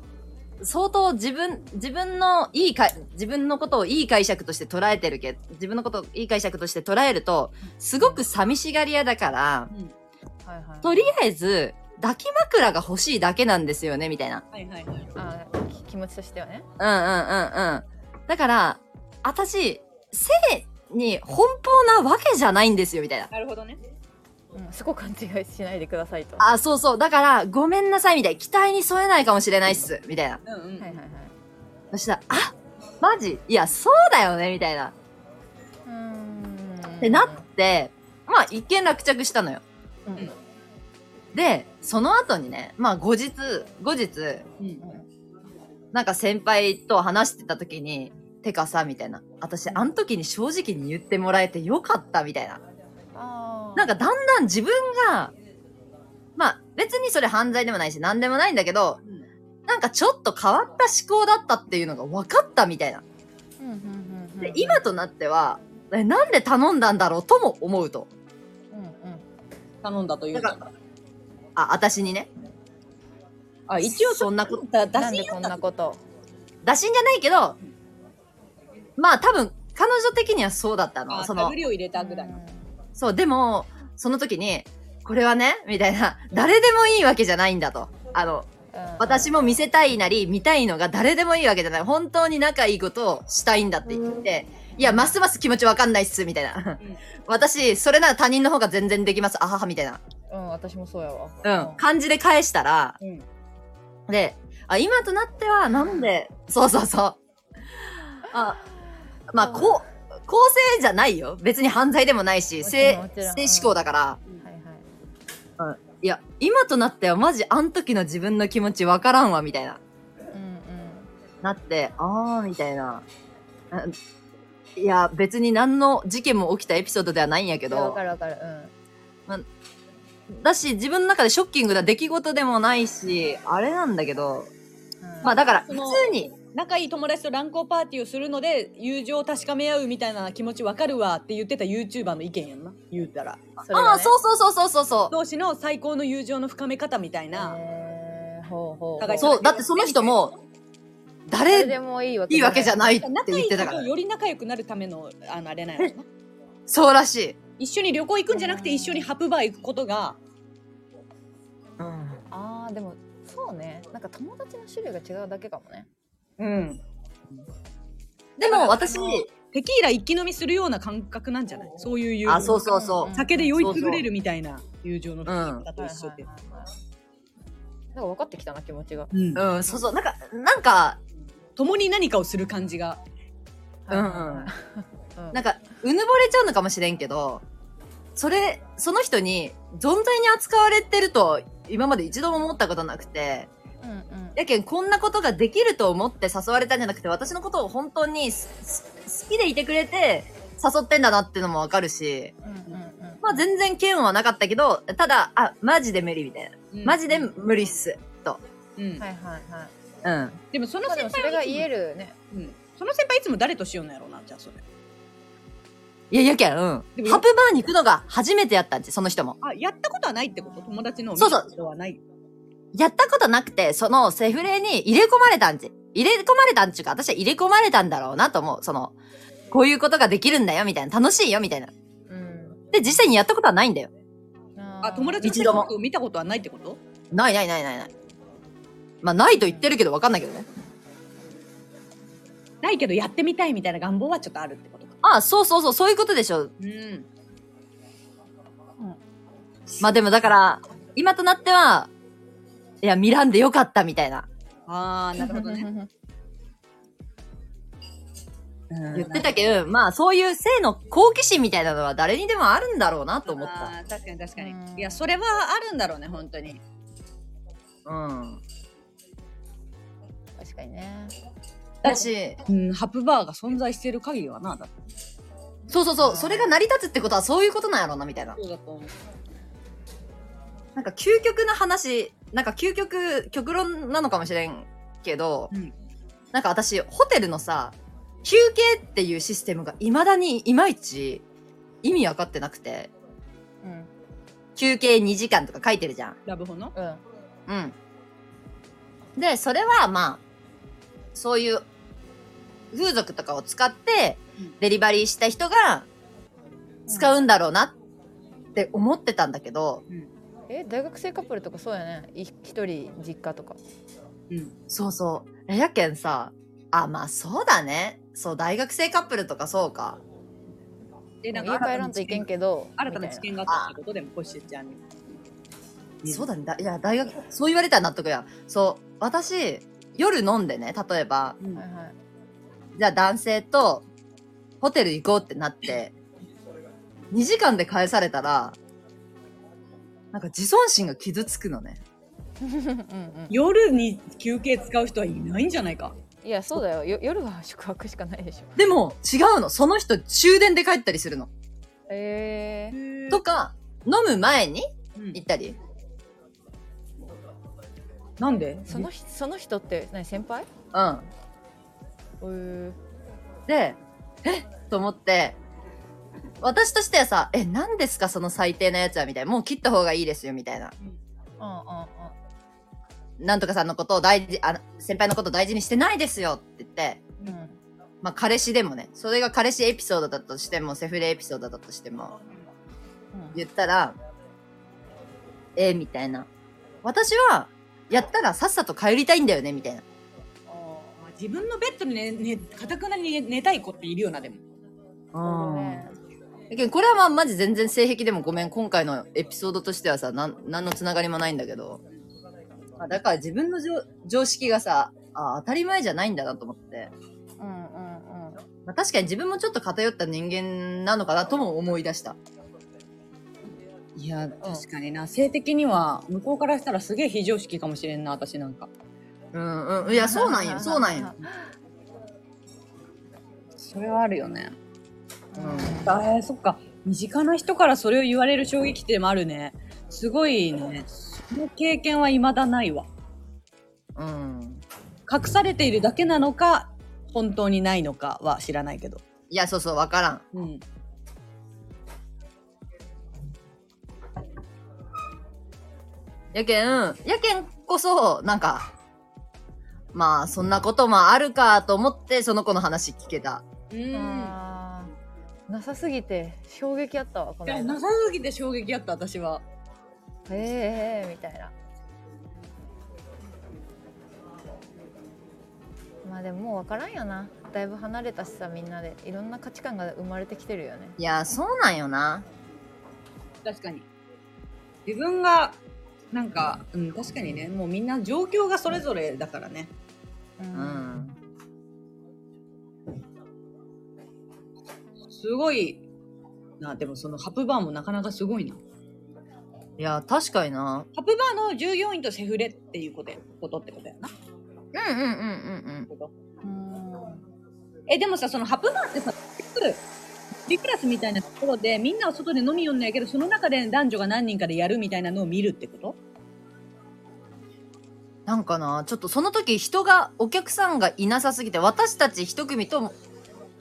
相当自分、自分のいいか、自分のことをいい解釈として捉えてるけど、自分のことをいい解釈として捉えると、すごく寂しがり屋だから、はいはいとりあえず、抱き枕が欲しいだけなんですよね、みたいな。はいはいはいあき気持ちとしてはねうんうんうんうん。だから、私、性に奔放なわけじゃないんですよ、みたいな。なるほどねうんそこ勘違いしないでくださいとはあ、そうそう。だから、ごめんなさい、みたいな。期待に添えないかもしれないっす、みたいな。うんうんいはいはいそしたら、あ、マジいや、そうだよね、みたいな。うーんってなって、まあ、一見落着したのよ。うんうんで、その後にね、まあ、後日、後日、うんなんか先輩と話してた時に、てかさ、みたいな。私、あの時に正直に言ってもらえてよかった、みたいな。あーなんかだんだん自分が、まあ、別にそれ犯罪でもないし、何でもないんだけど、なんかちょっと変わった思考だったっていうのが分かったみたいな。うんうんうんうんで、今となっては、えなんで頼んだんだろうとも思うと。うん頼んだというだからあ、私にね。あ一応そんなこと、だうん打なん診でやこっんたなこと打診じゃないけど、まあ多分、彼女的にはそうだったの。あその探、りを入れたぐらいのそう、でも、その時に、これはね、みたいな、誰でもいいわけじゃないんだと。あの、私もも見せたいなり、見たいのが誰でもいいわけじゃない。本当に仲いいことをしたいんだって言って、いや、ますます気持ちわかんないっす、みたいな。うん私、それなら他人の方が全然できます、あはは、みたいな。うん私もそうやわうん。感じで返したら、うんで、あ、今となっては、なんで、そうそうそう。あ、まあ、うんこう、公正じゃないよ。別に犯罪でもないし、もち性ろんも、ちろん性思考だから。はいはいいや、今となってはマジあん時の自分の気持ちわからんわ、みたいな。うんうんなって、あー、みたいな。あいや、別に何の事件も起きたエピソードではないんやけいやわどか。るわかるうんだし、自分の中でショッキングな出来事でもないし、あれなんだけど。まあ、だから、そ普の通に、仲いい友達と乱交パーティーをするので友情を確かめ合うみたいな気持ちわかるわって言ってた YouTuber の意見やんな言うたらああ、うそうそうそうそうそうそう。同士の最高の友情の深め方みたいな、えーほうほうほ互ういそう、だってその人も、誰で誰、もいいわけいいわけじゃいないって仲い言っいてた人かとら。より仲良くなるためのあのあれなんやろなそうらしい。一緒に旅行行くんじゃなくて一緒にハプバー行くことがうん。あーでもそうねなんか友達の種類が違うだけかもねうんでも私、テキーラ一気飲みするような感覚なんじゃないそういう友情あ、そうそうそうん酒で酔いつぶれるみたいな友情の深め方とはい一緒はいはでいはいなんか分かってきたな気持ちがうんう。うん、そうそう。なんか、なんか、共に何かをする感じがうんうんうんなんか、うぬぼれちゃうのかもしれんけど、それ、その人に、存在に扱われてると、今まで一度も思ったことなくて、うんうんやけん、こんなことができると思って誘われたんじゃなくて、私のことを本当にすす好きでいてくれて、誘ってんだなっていうのもわかるし、うんうんうんまあ全然嫌悪はなかったけど、ただ、あ、マジで無理みたいな。マジでうん無理っす。と。うんはいはいはいうん。でもそのまあで先もそ輩れはがいつも言えるねうんその先輩いつも誰としようのやろうなじゃあそれいや、いやけん、うん。ハプでもバーに行くのが初めてやったんじゃ、その人も。あやったことはないってこと友達のそうそ見うたことはないやったことなくて、そのセフレに入れ込まれたんじ。入れ込まれたんちゅうか、私は入れ込まれたんだろうなと思う。その、こういうことができるんだよ、みたいな。楽しいよ、みたいな。うんで、実際にやったことはないんだよ。あーあ友達の一度もことを見たことはないってことないないないないない。まあ、ないと言ってるけど、わかんないけどね。ないけどやってみたいみたいな願望はちょっとあるってことかああ、そうそうそう、そういうことでしょ。うんまあでもだから、今となっては、いや、見らんでよかったみたいな。ああなるほどね言ってたけど、まあそういう性の好奇心みたいなのは誰にでもあるんだろうなと思った。あー確かに確かうんにいやそれはあるんだろうね本当にうん。確かにねだし、うんハプバーが存在している限りはなだってそうそうそう、それが成り立つってことはそういうことなんやろうな、みたいな。そうだと思うなんか究極の話、なんか究極、極論なのかもしれんけど、うんなんか私、ホテルのさ、休憩っていうシステムが未だにいまいち意味わかってなくて、うん休憩2時間とか書いてるじゃん。ラブホのうんうん。で、それはまあ、そういう風俗とかを使ってうん、デリバリーした人が使うんだろうなって思ってたんだけど、え大学生カップルとかそうやねい一人実家とかうんそうそう。えやけんさ、あ、まあそうだね。そう、大学生カップルとかそうか。でもう家帰らんといけんけど新たなみ知たい見があったってことでもこしちゃんにうんそうだね。だいや、大学、そう言われたら納得や。そう、私、夜飲んでね、例えば、うんなはいはいじゃあ男性とホテル行こうってなって、2時間で返されたら、なんか自尊心が傷つくのね。うんう夜に休憩使う人はいないんじゃないかん、いやそうだよよ夜は宿泊しかないでしょでも違うの。その人終電で帰ったりするの。えー、とか、飲む前にうん行ったり。なんでその人その人って何先輩うん。うんで、えっと思って、私としてはさ、え、何ですかその最低なやつはみたいな。もう切った方がいいですよみたいな。うんうんなんとかさんのことを大事、あ先輩のことを大事にしてないですよって言って、うんまあ、彼氏でもね、それが彼氏エピソードだとしても、セフレエピソードだとしても、うん言ったら、ええみたいな。私は、やったらさっさと帰りたいんだよね、みたいな。自分のベッドにね、ね、かたくなに寝寝たい子っているよな、でも。そうだうんねだけどこれはまあ、マジ全然性癖でもごめん、今回のエピソードとしてはさ、なん、何のつながりもないんだけど。まあ、だから自分の常常識がさ、あ当たり前じゃないんだなと思って。うんうんうんまあ、確かに自分もちょっと偏った人間なのかなとも思い出した。いや、確かにな。性的には、向こうからしたらすげえ非常識かもしれんな、私なんか。うんうん。いや、そうなん よ、そうなんよ。それはあるよね。うんあえそっか。身近な人からそれを言われる衝撃ってもあるね。すごいね。その経験は未だないわ。うん。隠されているだけなのか、本当にないのかは知らないけど。いや、そうそう、わからん。うん。やけん、やけんこそ、なんか、まあ、そんなこともあるかと思って、その子の話聞けた。ううんん。あーなさすぎて衝撃あったわこいのや、間なさすぎて衝撃やった、私は。ええみたいなまあでももう分からんよなだいぶ離れたしさみんなでいろんな価値観が生まれてきてるよねいや、そうなんよな。確かに自分がなんか、うん、確かにねもうみんな状況がそれぞれだからねう、うんん。すごいなでもそのハプバーもなかなかすごいないや、確かにな。ハプバーの従業員とセフレっていうことやことってことやなうんうんうんうんえでもさそのハプバーってさ結局ビクラスみたいなところでみんなは外で飲みよんのやけどその中で男女が何人かでやるみたいなのを見るってことうん。なんかな、ちょっとその時人が、お客さんがいなさすぎて、私たち一組と、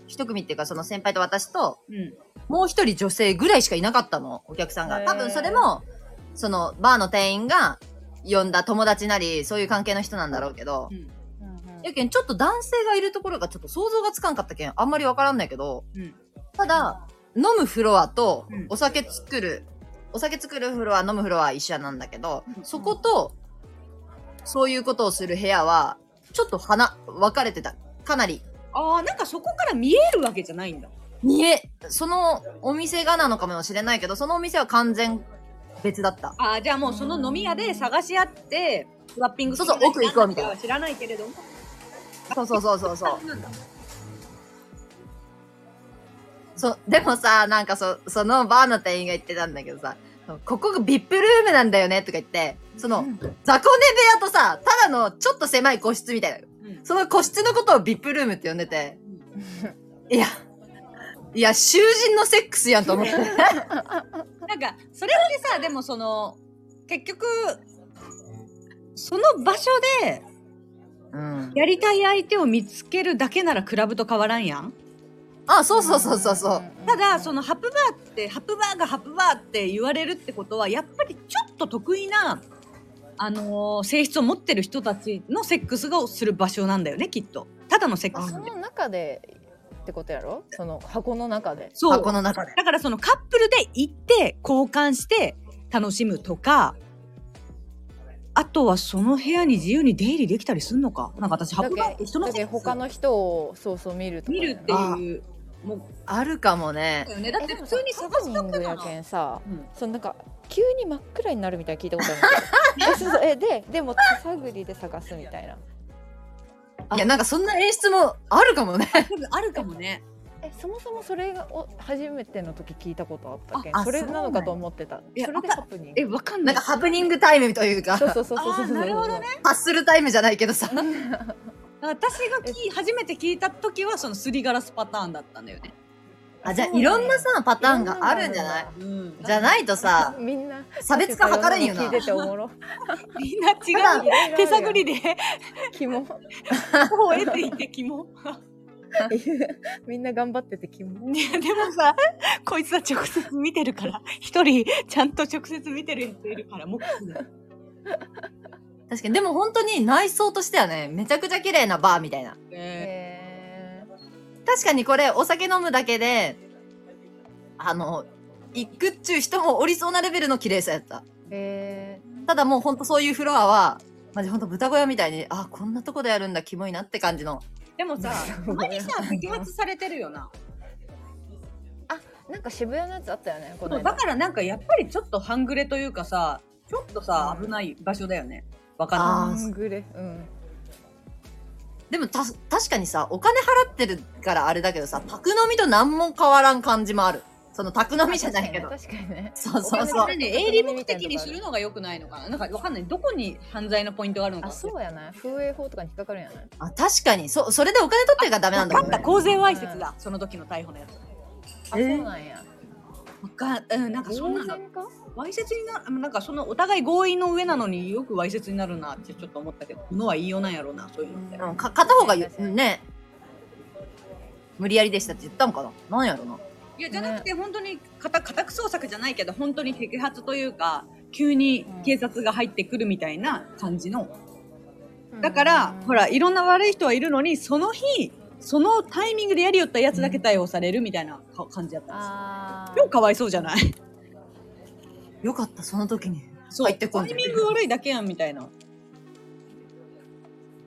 一組っていうかその先輩と私と、うん。もう一人女性ぐらいしかいなかったの、お客さんへが。ー多分それも、そのバーの店員が呼んだ友達なり、そういう関係の人なんだろうけどう、ん。やけん、ちょっと男性がいるところがちょっと想像がつかんかったけん、あんまりわからんないけど、うんただ、飲むフロアとうん、お酒作る、お酒作るフロア、飲むフロアは一緒なんだけど、そこと、そういうことをする部屋は、ちょっと花、分かれてた。かなり。ああ、なんかそこから見えるわけじゃないんだ。見え、そのお店がなのかもしれないけど、そのお店は完全別だった。ああ、じゃあもうその飲み屋で探し合って、スワッピングそうそう奥行こうみたいな知らないけれども。そうそうそうそうそう。そでもさ、なんかそ、そのバーの店員が言ってたんだけどさ、ここが VIP ルームなんだよねとか言って、その、雑魚寝部屋とさ、ただのちょっと狭い個室みたいな。うんその個室のことを VIP ルームって呼んでて、いや、いや、囚人のセックスやんと思って。なんか、それよりさ、でもその、結局、その場所でうん。やりたい相手を見つけるだけならクラブと変わらんやん。あ、そうそうそうそうそう。ただ、そのハプバーって、ハプバーがハプバーって言われるってことは、やっぱりちょっと得意な、あのー性質を持ってる人たちのセックスをする場所なんだよね、きっと。ただのセックスそ。の中でってことやろその箱の中でそう。箱の中で。だからそのカップルで行って交換して楽しむとか、あとはその部屋に自由に出入りできたりすんのか。なんか私、箱がだけ人のだけ他の人をそうそう見るとか見やなるっていう。もうあるかもね。だよね。だって普通に探すハだプけニングなやの。けんさ、うんそのなんか急に真っ暗になるみたいな聞いたこ とあるんですよえそうそうえででも手探りで探すみたいないや、なんかそんな演出もあるかもね。多分あるかもね。えそもそもそれがお初めての時聞いたことあったけああんそれなのかと思ってたやそれでハプニングえ、わかんななんいか。ハプニングタイムというか、そうハそうそうそうそうそうあーなるほどねッスルタイムじゃないけどさ。私が聞い初めて聞いた時はそのすりガラスパターンだったんだよね。あ、じゃあそうねいろんなさ、パターンがあるんじゃないうん。じゃないとさ、みんな差別化図れんよ聞。ないててお もろみんな違たう。手探りで キモこう得ていて気も。みんな頑張っててキモいやでもさ こいつは直接見てるから一人ちゃんと直接見てるやついるからもう確かに、でも本当に内装としてはね、めちゃくちゃ綺麗なバーみたいな。ええ確かにこれ、お酒飲むだけで、あの、行くっちゅう人もおりそうなレベルの綺麗さやった。ー、えただもうほんとそういうフロアは、マジほんと豚小屋みたいに、あ、こんなとこでやるんだ、キモいなって感じの。でもさたまにさ摘発されてるよなー、なんか渋谷のやつあったよねこのだ間からなんかやっぱりちょっと半グレというかさちょっとさ危ない場所だよねわかんあなーうんグレうんでもた、確かにさ、お金払ってるからあれだけどさ、宅飲みと何も変わらん感じもある。その宅飲みじゃないけど。確かにねそういそうおそう金。ね営利目的にするのが良くないのかななんかわかんないどこに犯罪のポイントがあるのかあそうやない風営法とかに引っかかるんやないあ、確かに。そ、それでお金取ってるからダメなんだもん勝ったね。公然わいせつだその時の逮捕のやつあそうなんやわかんうんなんかそんな偶然かわいせつにななんかそのお互い合意の上なのによくわいせつになるなってちょっと思ったけど物は言いようなんやろうなそういうのって、うん、か、片方が言う、ね。無理やりでしたって言ったんかななんやろな。いやじゃなくて本当に家宅家宅捜索じゃないけど本当に摘発というか急に警察が入ってくるみたいな感じの、だから、うんほらいろんな悪い人はいるのにその日そのタイミングでやりよったやつだけ逮捕されるみたいなか感じだったんですよあ今日かわいそうじゃないよかった、その時に。そう入ってこんタでイミング悪いだけやんみたいな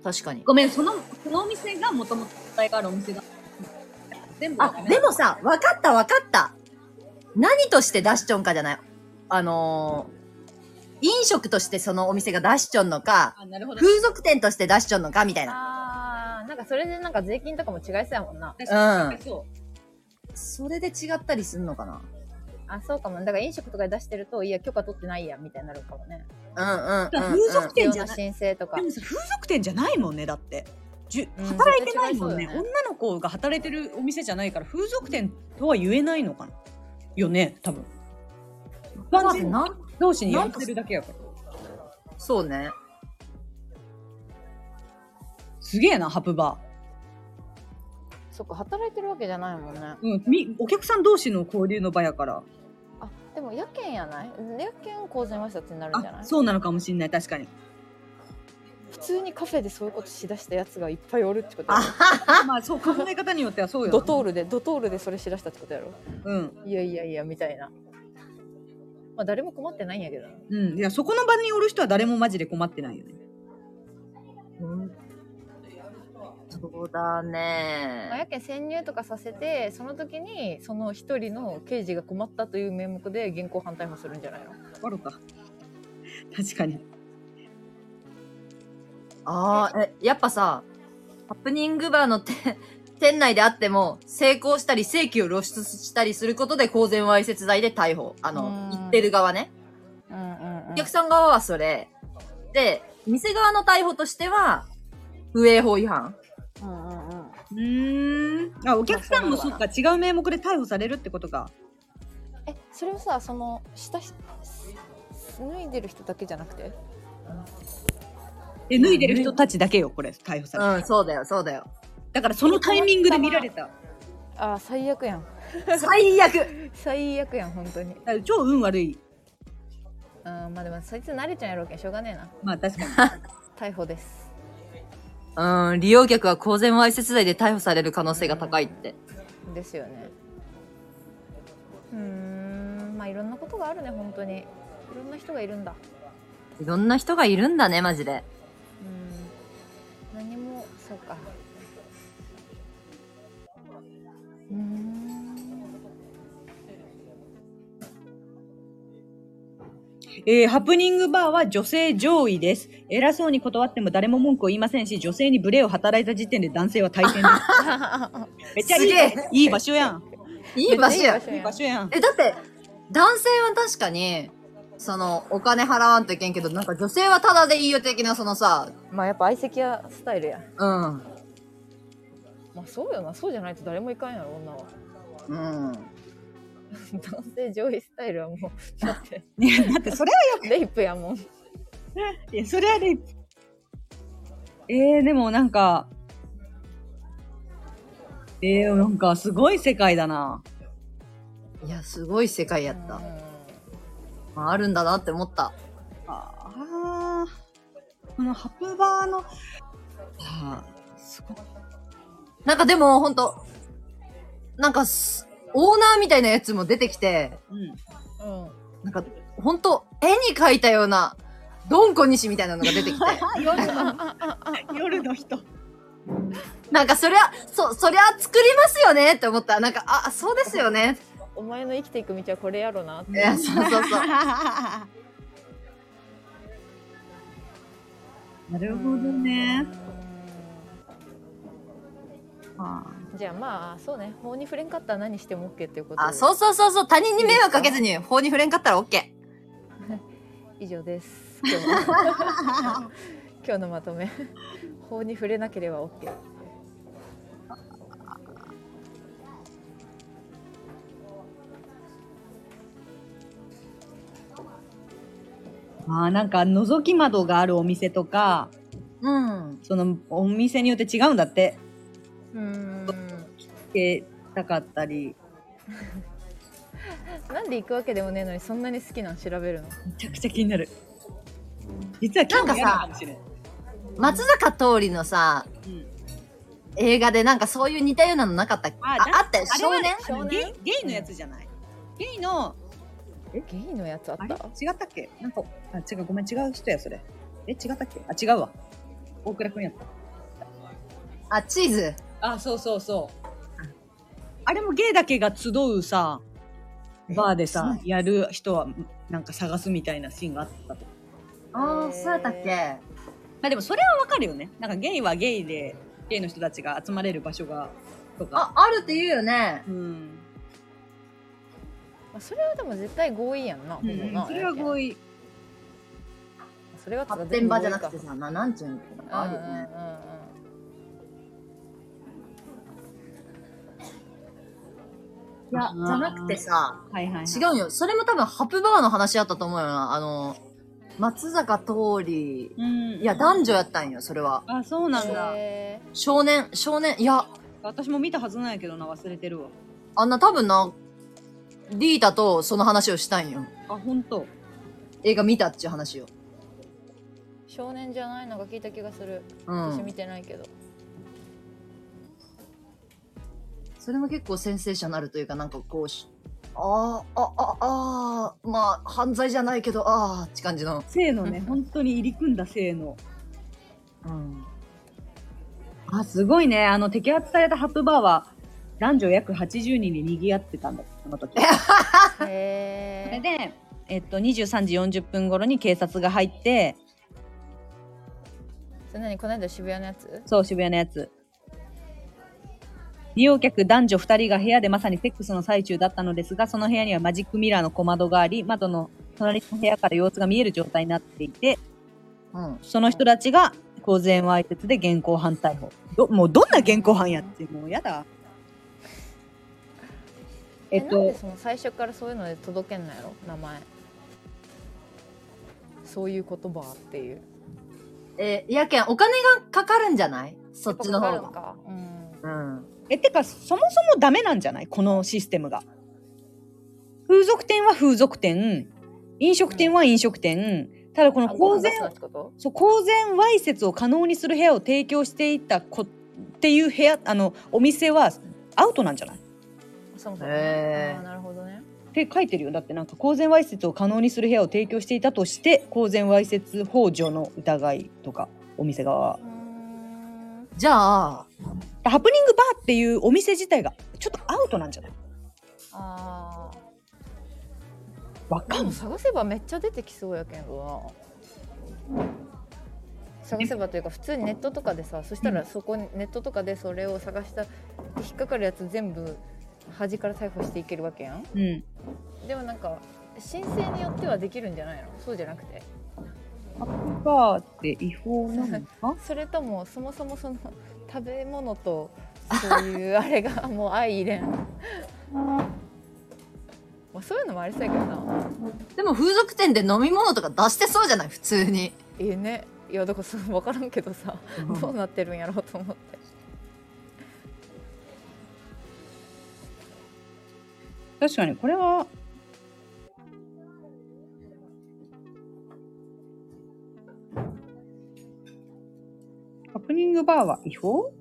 確かに。ごめんそのそのお店がもともと答えがあるお店だ全部がダあメ、だでもさ、わかったわかった。何として出しちょんかじゃない。あのー、飲食としてそのお店が出しちょんのか、あなるほど風俗店として出しちょんのかみたいな。ああーなんかそれでなんか税金とかも違いそうやもんな確かかににそそれで違ったりすんのかなあそうかもだから飲食とかで出してるといや許可取ってないやみたいになるかもねうんうんうん、うん。風俗必店要じゃなない申請とかでもさ風俗店じゃないもんねだってじゅうん働いてないもんね,、絶対違いそうよね女の子が働いてるお店じゃないから風俗店とは言えないのかなよね多分一般待って人なん同士にやってるだけやからそうね。すげえな、ハプバそっか働いてるわけじゃないもんねー。うん、みお客さん同士の交流の場やから。あでも夜券やない夜券公然わいさつになるんじゃなあ、いそうなのかもしんない、確かに。普通にカフェでそういうことしだしたやつがいっぱいおるってことやあろまあ、そう、考え方によってはそうよ。ドトールでドトールでそれしだしたってことやろうん。いやいやいやみたいなまあ誰も困ってないんやけどなうん。いや、そこの場におる人は誰もマジで困ってないよね。うんそうだまあ、やね。けん潜入とかさせてその時にその一人の刑事が困ったという名目で現行犯逮捕するんじゃないのわろか。確かに。ああ、え、やっぱさ、ハプニングバーのて 店内であっても、成功したり、正規を露出したりすることで公然わいせつ罪で逮捕。あの、うん言ってる側ね。うんうん、お客さん側はそれ。で、店側の逮捕としては、不営法違反。うんうんうんうーん。あ、お客さんもそっか、違う名目で逮捕されるってことか。えそれはさその下し脱いでる人だけじゃなくてえ、脱いでる人たちだけよ、これ、逮捕される。うん、そうだよ、そうだよ。だから、そのタイミングで見られた。ああ最悪やん最悪最悪やん本当にだから超運悪い。あーまあでもそいつ慣れちゃんやろうけんしょうがねえなまあ、確 かに。逮捕ですうん、利用客は公然わいせつ罪で逮捕される可能性が高いって。ですよねうーんまあいろんなことがあるね本当にいろんな人がいるんだいろんな人がいるんだね、マジで。うん何もそうかうーんえーハプニングバーは女性上位です。偉そうに断っても誰も文句を言いませんし、女性に無礼を働いた時点で男性は大変で す。めっちゃいいすげえいい場所やん。いい場所や。いい場所やん。え、だって、男性は確かに、その、お金払わんといけんけど、なんか女性はタダでいいよ的な、そのさ、まあやっぱ相席屋スタイルやうん。まあそうよなそうじゃないと誰も行かんやろ女は うん。男性上位スタイルはもうだ っていやだってそれはレイプやもんいや、それはね、えー、でもなんか、えー、なんかすごい世界だな。いや、すごい世界やった。うまあ、あるんだなって思った。あーこのハプバーの、あーすごいなんかでも、ほんと、なんかす、オーナーみたいなやつも出てきて、うん。ん、うんなんか、ほんと、絵に描いたような、ドンコ西みたいなのが出てきて。夜の、夜の 人。なんか、そりゃ、そ、そりゃ作りますよねって思った。なんか、あ、そうですよね。お前の生きていく道はこれやろなっていや、そうそうそう。なるほどね。あじゃあまあそうね法に触れんかったら何しても OK っていうことあ、そうそうそうそう。他人に迷惑かけずに法に触れんかったら OK。以上です今日の 今日のまとめ法に触れなければ OK ーまあなんか覗き窓があるお店とかうん。そのお店によって違うんだってうーんつけたかったりなんで行くわけでもねえのにそんなに好きなん調べるのめちゃくちゃ気になる実は興味あるかもしれない松坂桃李のさ、うん映画でなんかそういう似たようなのなかったっけああだあったよ。少年あれはねあのゲイゲイのやつじゃないゲイのゲイのやつあっあれた違ったっけなんかあ違うごめん違う人やそれえ違ったっけあ違うわ大倉くんやったあ、チーズ。あ、そうそうそう。あれもゲイだけが集うさ、バーでさ、やる人はなんか探すみたいなシーンがあったと。ああ、そうやったっけまあでもそれはわかるよね。なんかゲイはゲイで、ゲイの人たちが集まれる場所が、とか。あ、あるって言うよね。うん。まあそれはでも絶対合意やんな、ほぼなそれは合意意。それは発展場じゃなくてさ、ななんちゅうのとかあるよね。うんうんうんうんいや、じゃなくてさ、はいはい、はい。違うよ。それも多分ハプバーの話やったと思うよな。あの、松坂桃李、うんいや、男女やったんよ、それは。あそうなんだへー少年、少年、いや、私も見たはずなんやけどな忘れてるわあんな多分な、リータとその話をしたんよ。あ本当映画見たっちゅう話よ。少年じゃないのが聞いた気がする。う私ん。見てないけど。それも結構センセーショナルというか、なんかこうし、ああ、ああ、ああ、まあ、犯罪じゃないけど、ああ、って感じの。性のね本当に入り組んだ性のうん。あすごいねあの摘発されたハプバーは男女約80人に賑わってたんだその時それへ え。で、えっと、23時40分頃に警察が入ってそれ何この間渋谷のやつ？そう渋谷のやつ利用客男女2人が部屋でまさにセックスの最中だったのですがその部屋にはマジックミラーの小窓があり窓の隣の部屋から様子が見える状態になっていてうん。その人たちが公然わいせつで現行犯逮捕どもうどんな現行犯やってもうやだええっなんとでその最初からそういうので届けんのやろ名前。そういう言葉っていう。えーいやけん、お金がかかるんじゃないそっちのかか方るのが。か。うん。うん。えてかそもそもダメなんじゃないこのシステムが風俗店は風俗店飲食店は飲食店ただこのあ公ご飯然出すなってこと？そう公然わいせつを可能にする部屋を提供していたこっていう部屋あのお店はアウトなんじゃないっそもそもね。へーあーなるほどね。て書いてるよだってなんか公然わいせつを可能にする部屋を提供していたとして公然わいせつ幇助の疑いとかお店側はうーん。じゃあ、ハプニングバーっていうお店自体がちょっとアウトなんじゃないああ。わかでんもない探せばめっちゃ出てきそうやけどな探せばというか普通にネットとかでさそしたらそこにネットとかでそれを探した引っかかるやつ全部端から逮捕していけるわけやんうんでもなんか申請によってはできるんじゃないのそうじゃなくてハプニングバーって違法なのかそれともそもそもそ の食べ物とそういうあれがもう相入れん まあそういうのもありそうやけどなでも風俗店で飲み物とか出してそうじゃない普通に。ええねいやだからそう分からんけどさどうなってるんやろうと思って確かにこれはハプニングバーは違法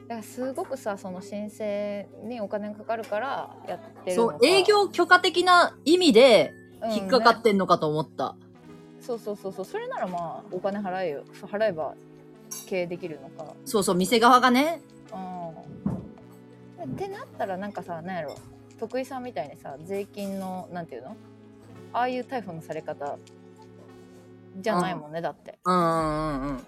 だからすごくさその申請にお金がかかるからやってるのそかう、営業許可的な意味でうん引っかかっねてんのかと思った。そうそうそうそうそれならまあお金払えよそう払えば経営できるのかそうそう、店側がね。うんってなったらなんかさなんやろ徳井さんみたいにさ税金のなんていうのああいう逮捕のされ方じゃないもんねだってうんうんうんうん。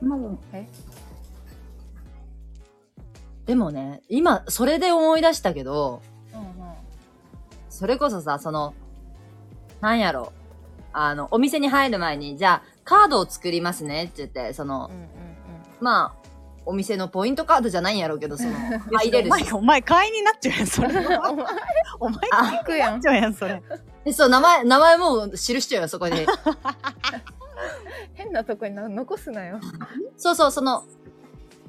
今のでもね、今、それで思い出したけど、うんうんそれこそさ、その、なんやろ。あの、お店に入る前に、じゃあ、カードを作りますねって言って、そのうんう、んまあ、お店のポイントカードじゃないんやろうけど、 その、入れるおし前お前会員になっちゃうやんそれうんお前お前あ行くやんちゃうやんそれでそう、名前、名前もう記しちゃうよ、そこに。変なとこにな残すなよそうそう、その、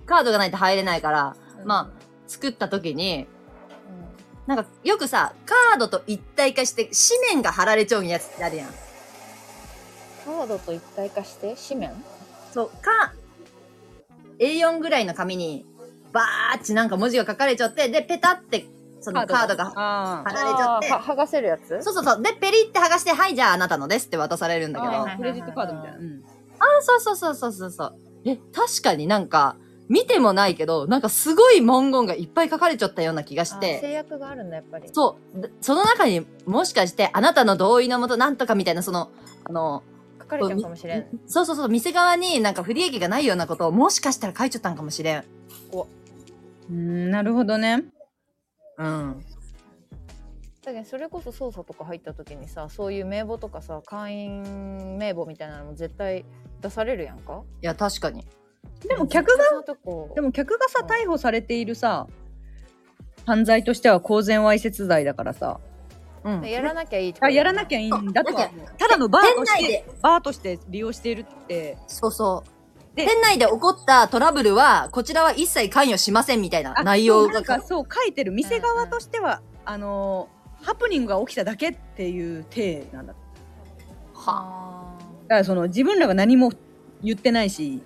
カードがないと入れないから、まあ、作った時に、あ、うんなんか、よくさ、カードと一体化して、紙面が貼られちゃうんやつってあるやん。カードと一体化して紙面そう、か、A4 ぐらいの紙に、バーッチなんか文字が書かれちゃって、で、ペタって、そのカードがあ貼られちゃってあーは、剥がせるやつそうそうそう、で、ペリって剥がして、はい、じゃああなたのですって渡されるんだけど、あーあはいクレジットカードみたいな、うん、そうそうそうそうそうそう。え、確かになんか、見てもないけど、なんかすごい文言がいっぱい書かれちゃったような気がしあーて、制約があるんだやっぱりそう、でその中にもしかして、あなたの同意のもとなんとかみたいな、その、あの、書かれちゃうかもしれんそうそうそう、店側になんか不利益がないようなことをもしかしたら書いちゃったんかもしれん。うーんなるほどねうん。だけどそれこそ捜査とか入った時にさそういう名簿とかさ会員名簿みたいなのも絶対出されるやんかいや、確かに。でも客がそんなとこでも客がさうん逮捕されているさ犯罪としては公然わいせつ罪だからさ。うんやらなきゃいいとあかやらなきゃいいんだとは思うただのバーとし店内てでバーとして利用しているってそうそう。で店内で起こったトラブルは、こちらは一切関与しませんみたいなあ内容そうながん。かそう書いてる店側としては、あのーハプニングが起きただけっていう体なんだだははだからその自分らが何も言ってないし、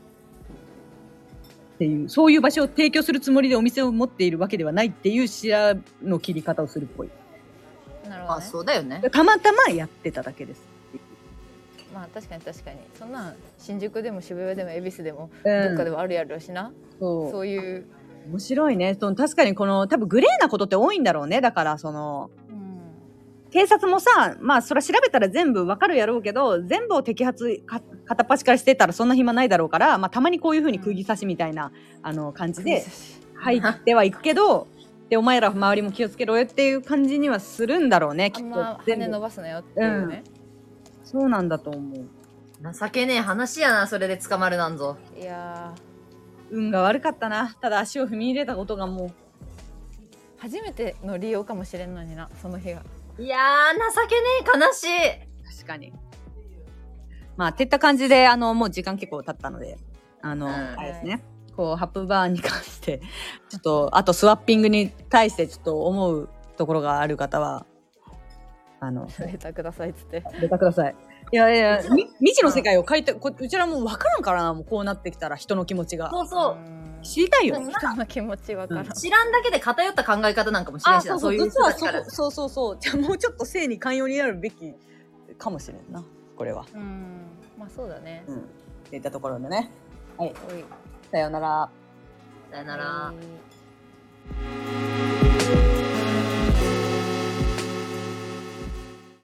っていう、そういう場所を提供するつもりでお店を持っているわけではないっていう視野の切り方をするっぽい。あなるあ、ほあど、ね、そうだよね。たまたまやってただけです。まあ確かに確かにそんなん新宿でも渋谷でも恵比寿でもうどっかでん、はあるやろうしな、そそういう、う。面白いね。その確かにこの、多分グレーなことって多いんだろうね。だから、その、うん、警察もさ、まあ、そら調べたら全部わかるやろうけど、全部を摘発か、片っ端からしてたらそんな暇ないだろうから、まあ、たまにこういうふうに釘刺しみたいな、あの、感じで、入ってはいくけど、で、お前ら周りも気をつけろよっていう感じにはするんだろうね、あきっんとま。全羽伸部。ばすなよっていうね、そうなんだと思う。情けねえ話やな、それで捕まるなんぞ。いや運が悪かったな。ただ足を踏み入れたことがもう、ー初めての利用かもしれんのになその日がいやー、情けねえ、悲しい。確かに。まあ、てった感じで、あの、もう時間結構経ったので、あの、うんあれですね。こう、ハップバーンに関して、ちょっと、あとスワッピングに対してちょっと思うところがある方は、あの、レターくださいっつって出てください。いやいや、み未知の世界を変えて、こうちらもう分からんからな、もうこうなってきたら人の気持ちが。そうそー。うん知りたいよ。うん人の気持ちわからん、知らんだけで偏った考え方なんかもしれんあ、しそな、うそそうう、いう実人はたちそからう。そうそうそう。じゃあもうちょっと性に寛容になるべきかもしれんな、これは。うんまあそうだねうん。っていったところでね。おいさようなら。さよなら。はい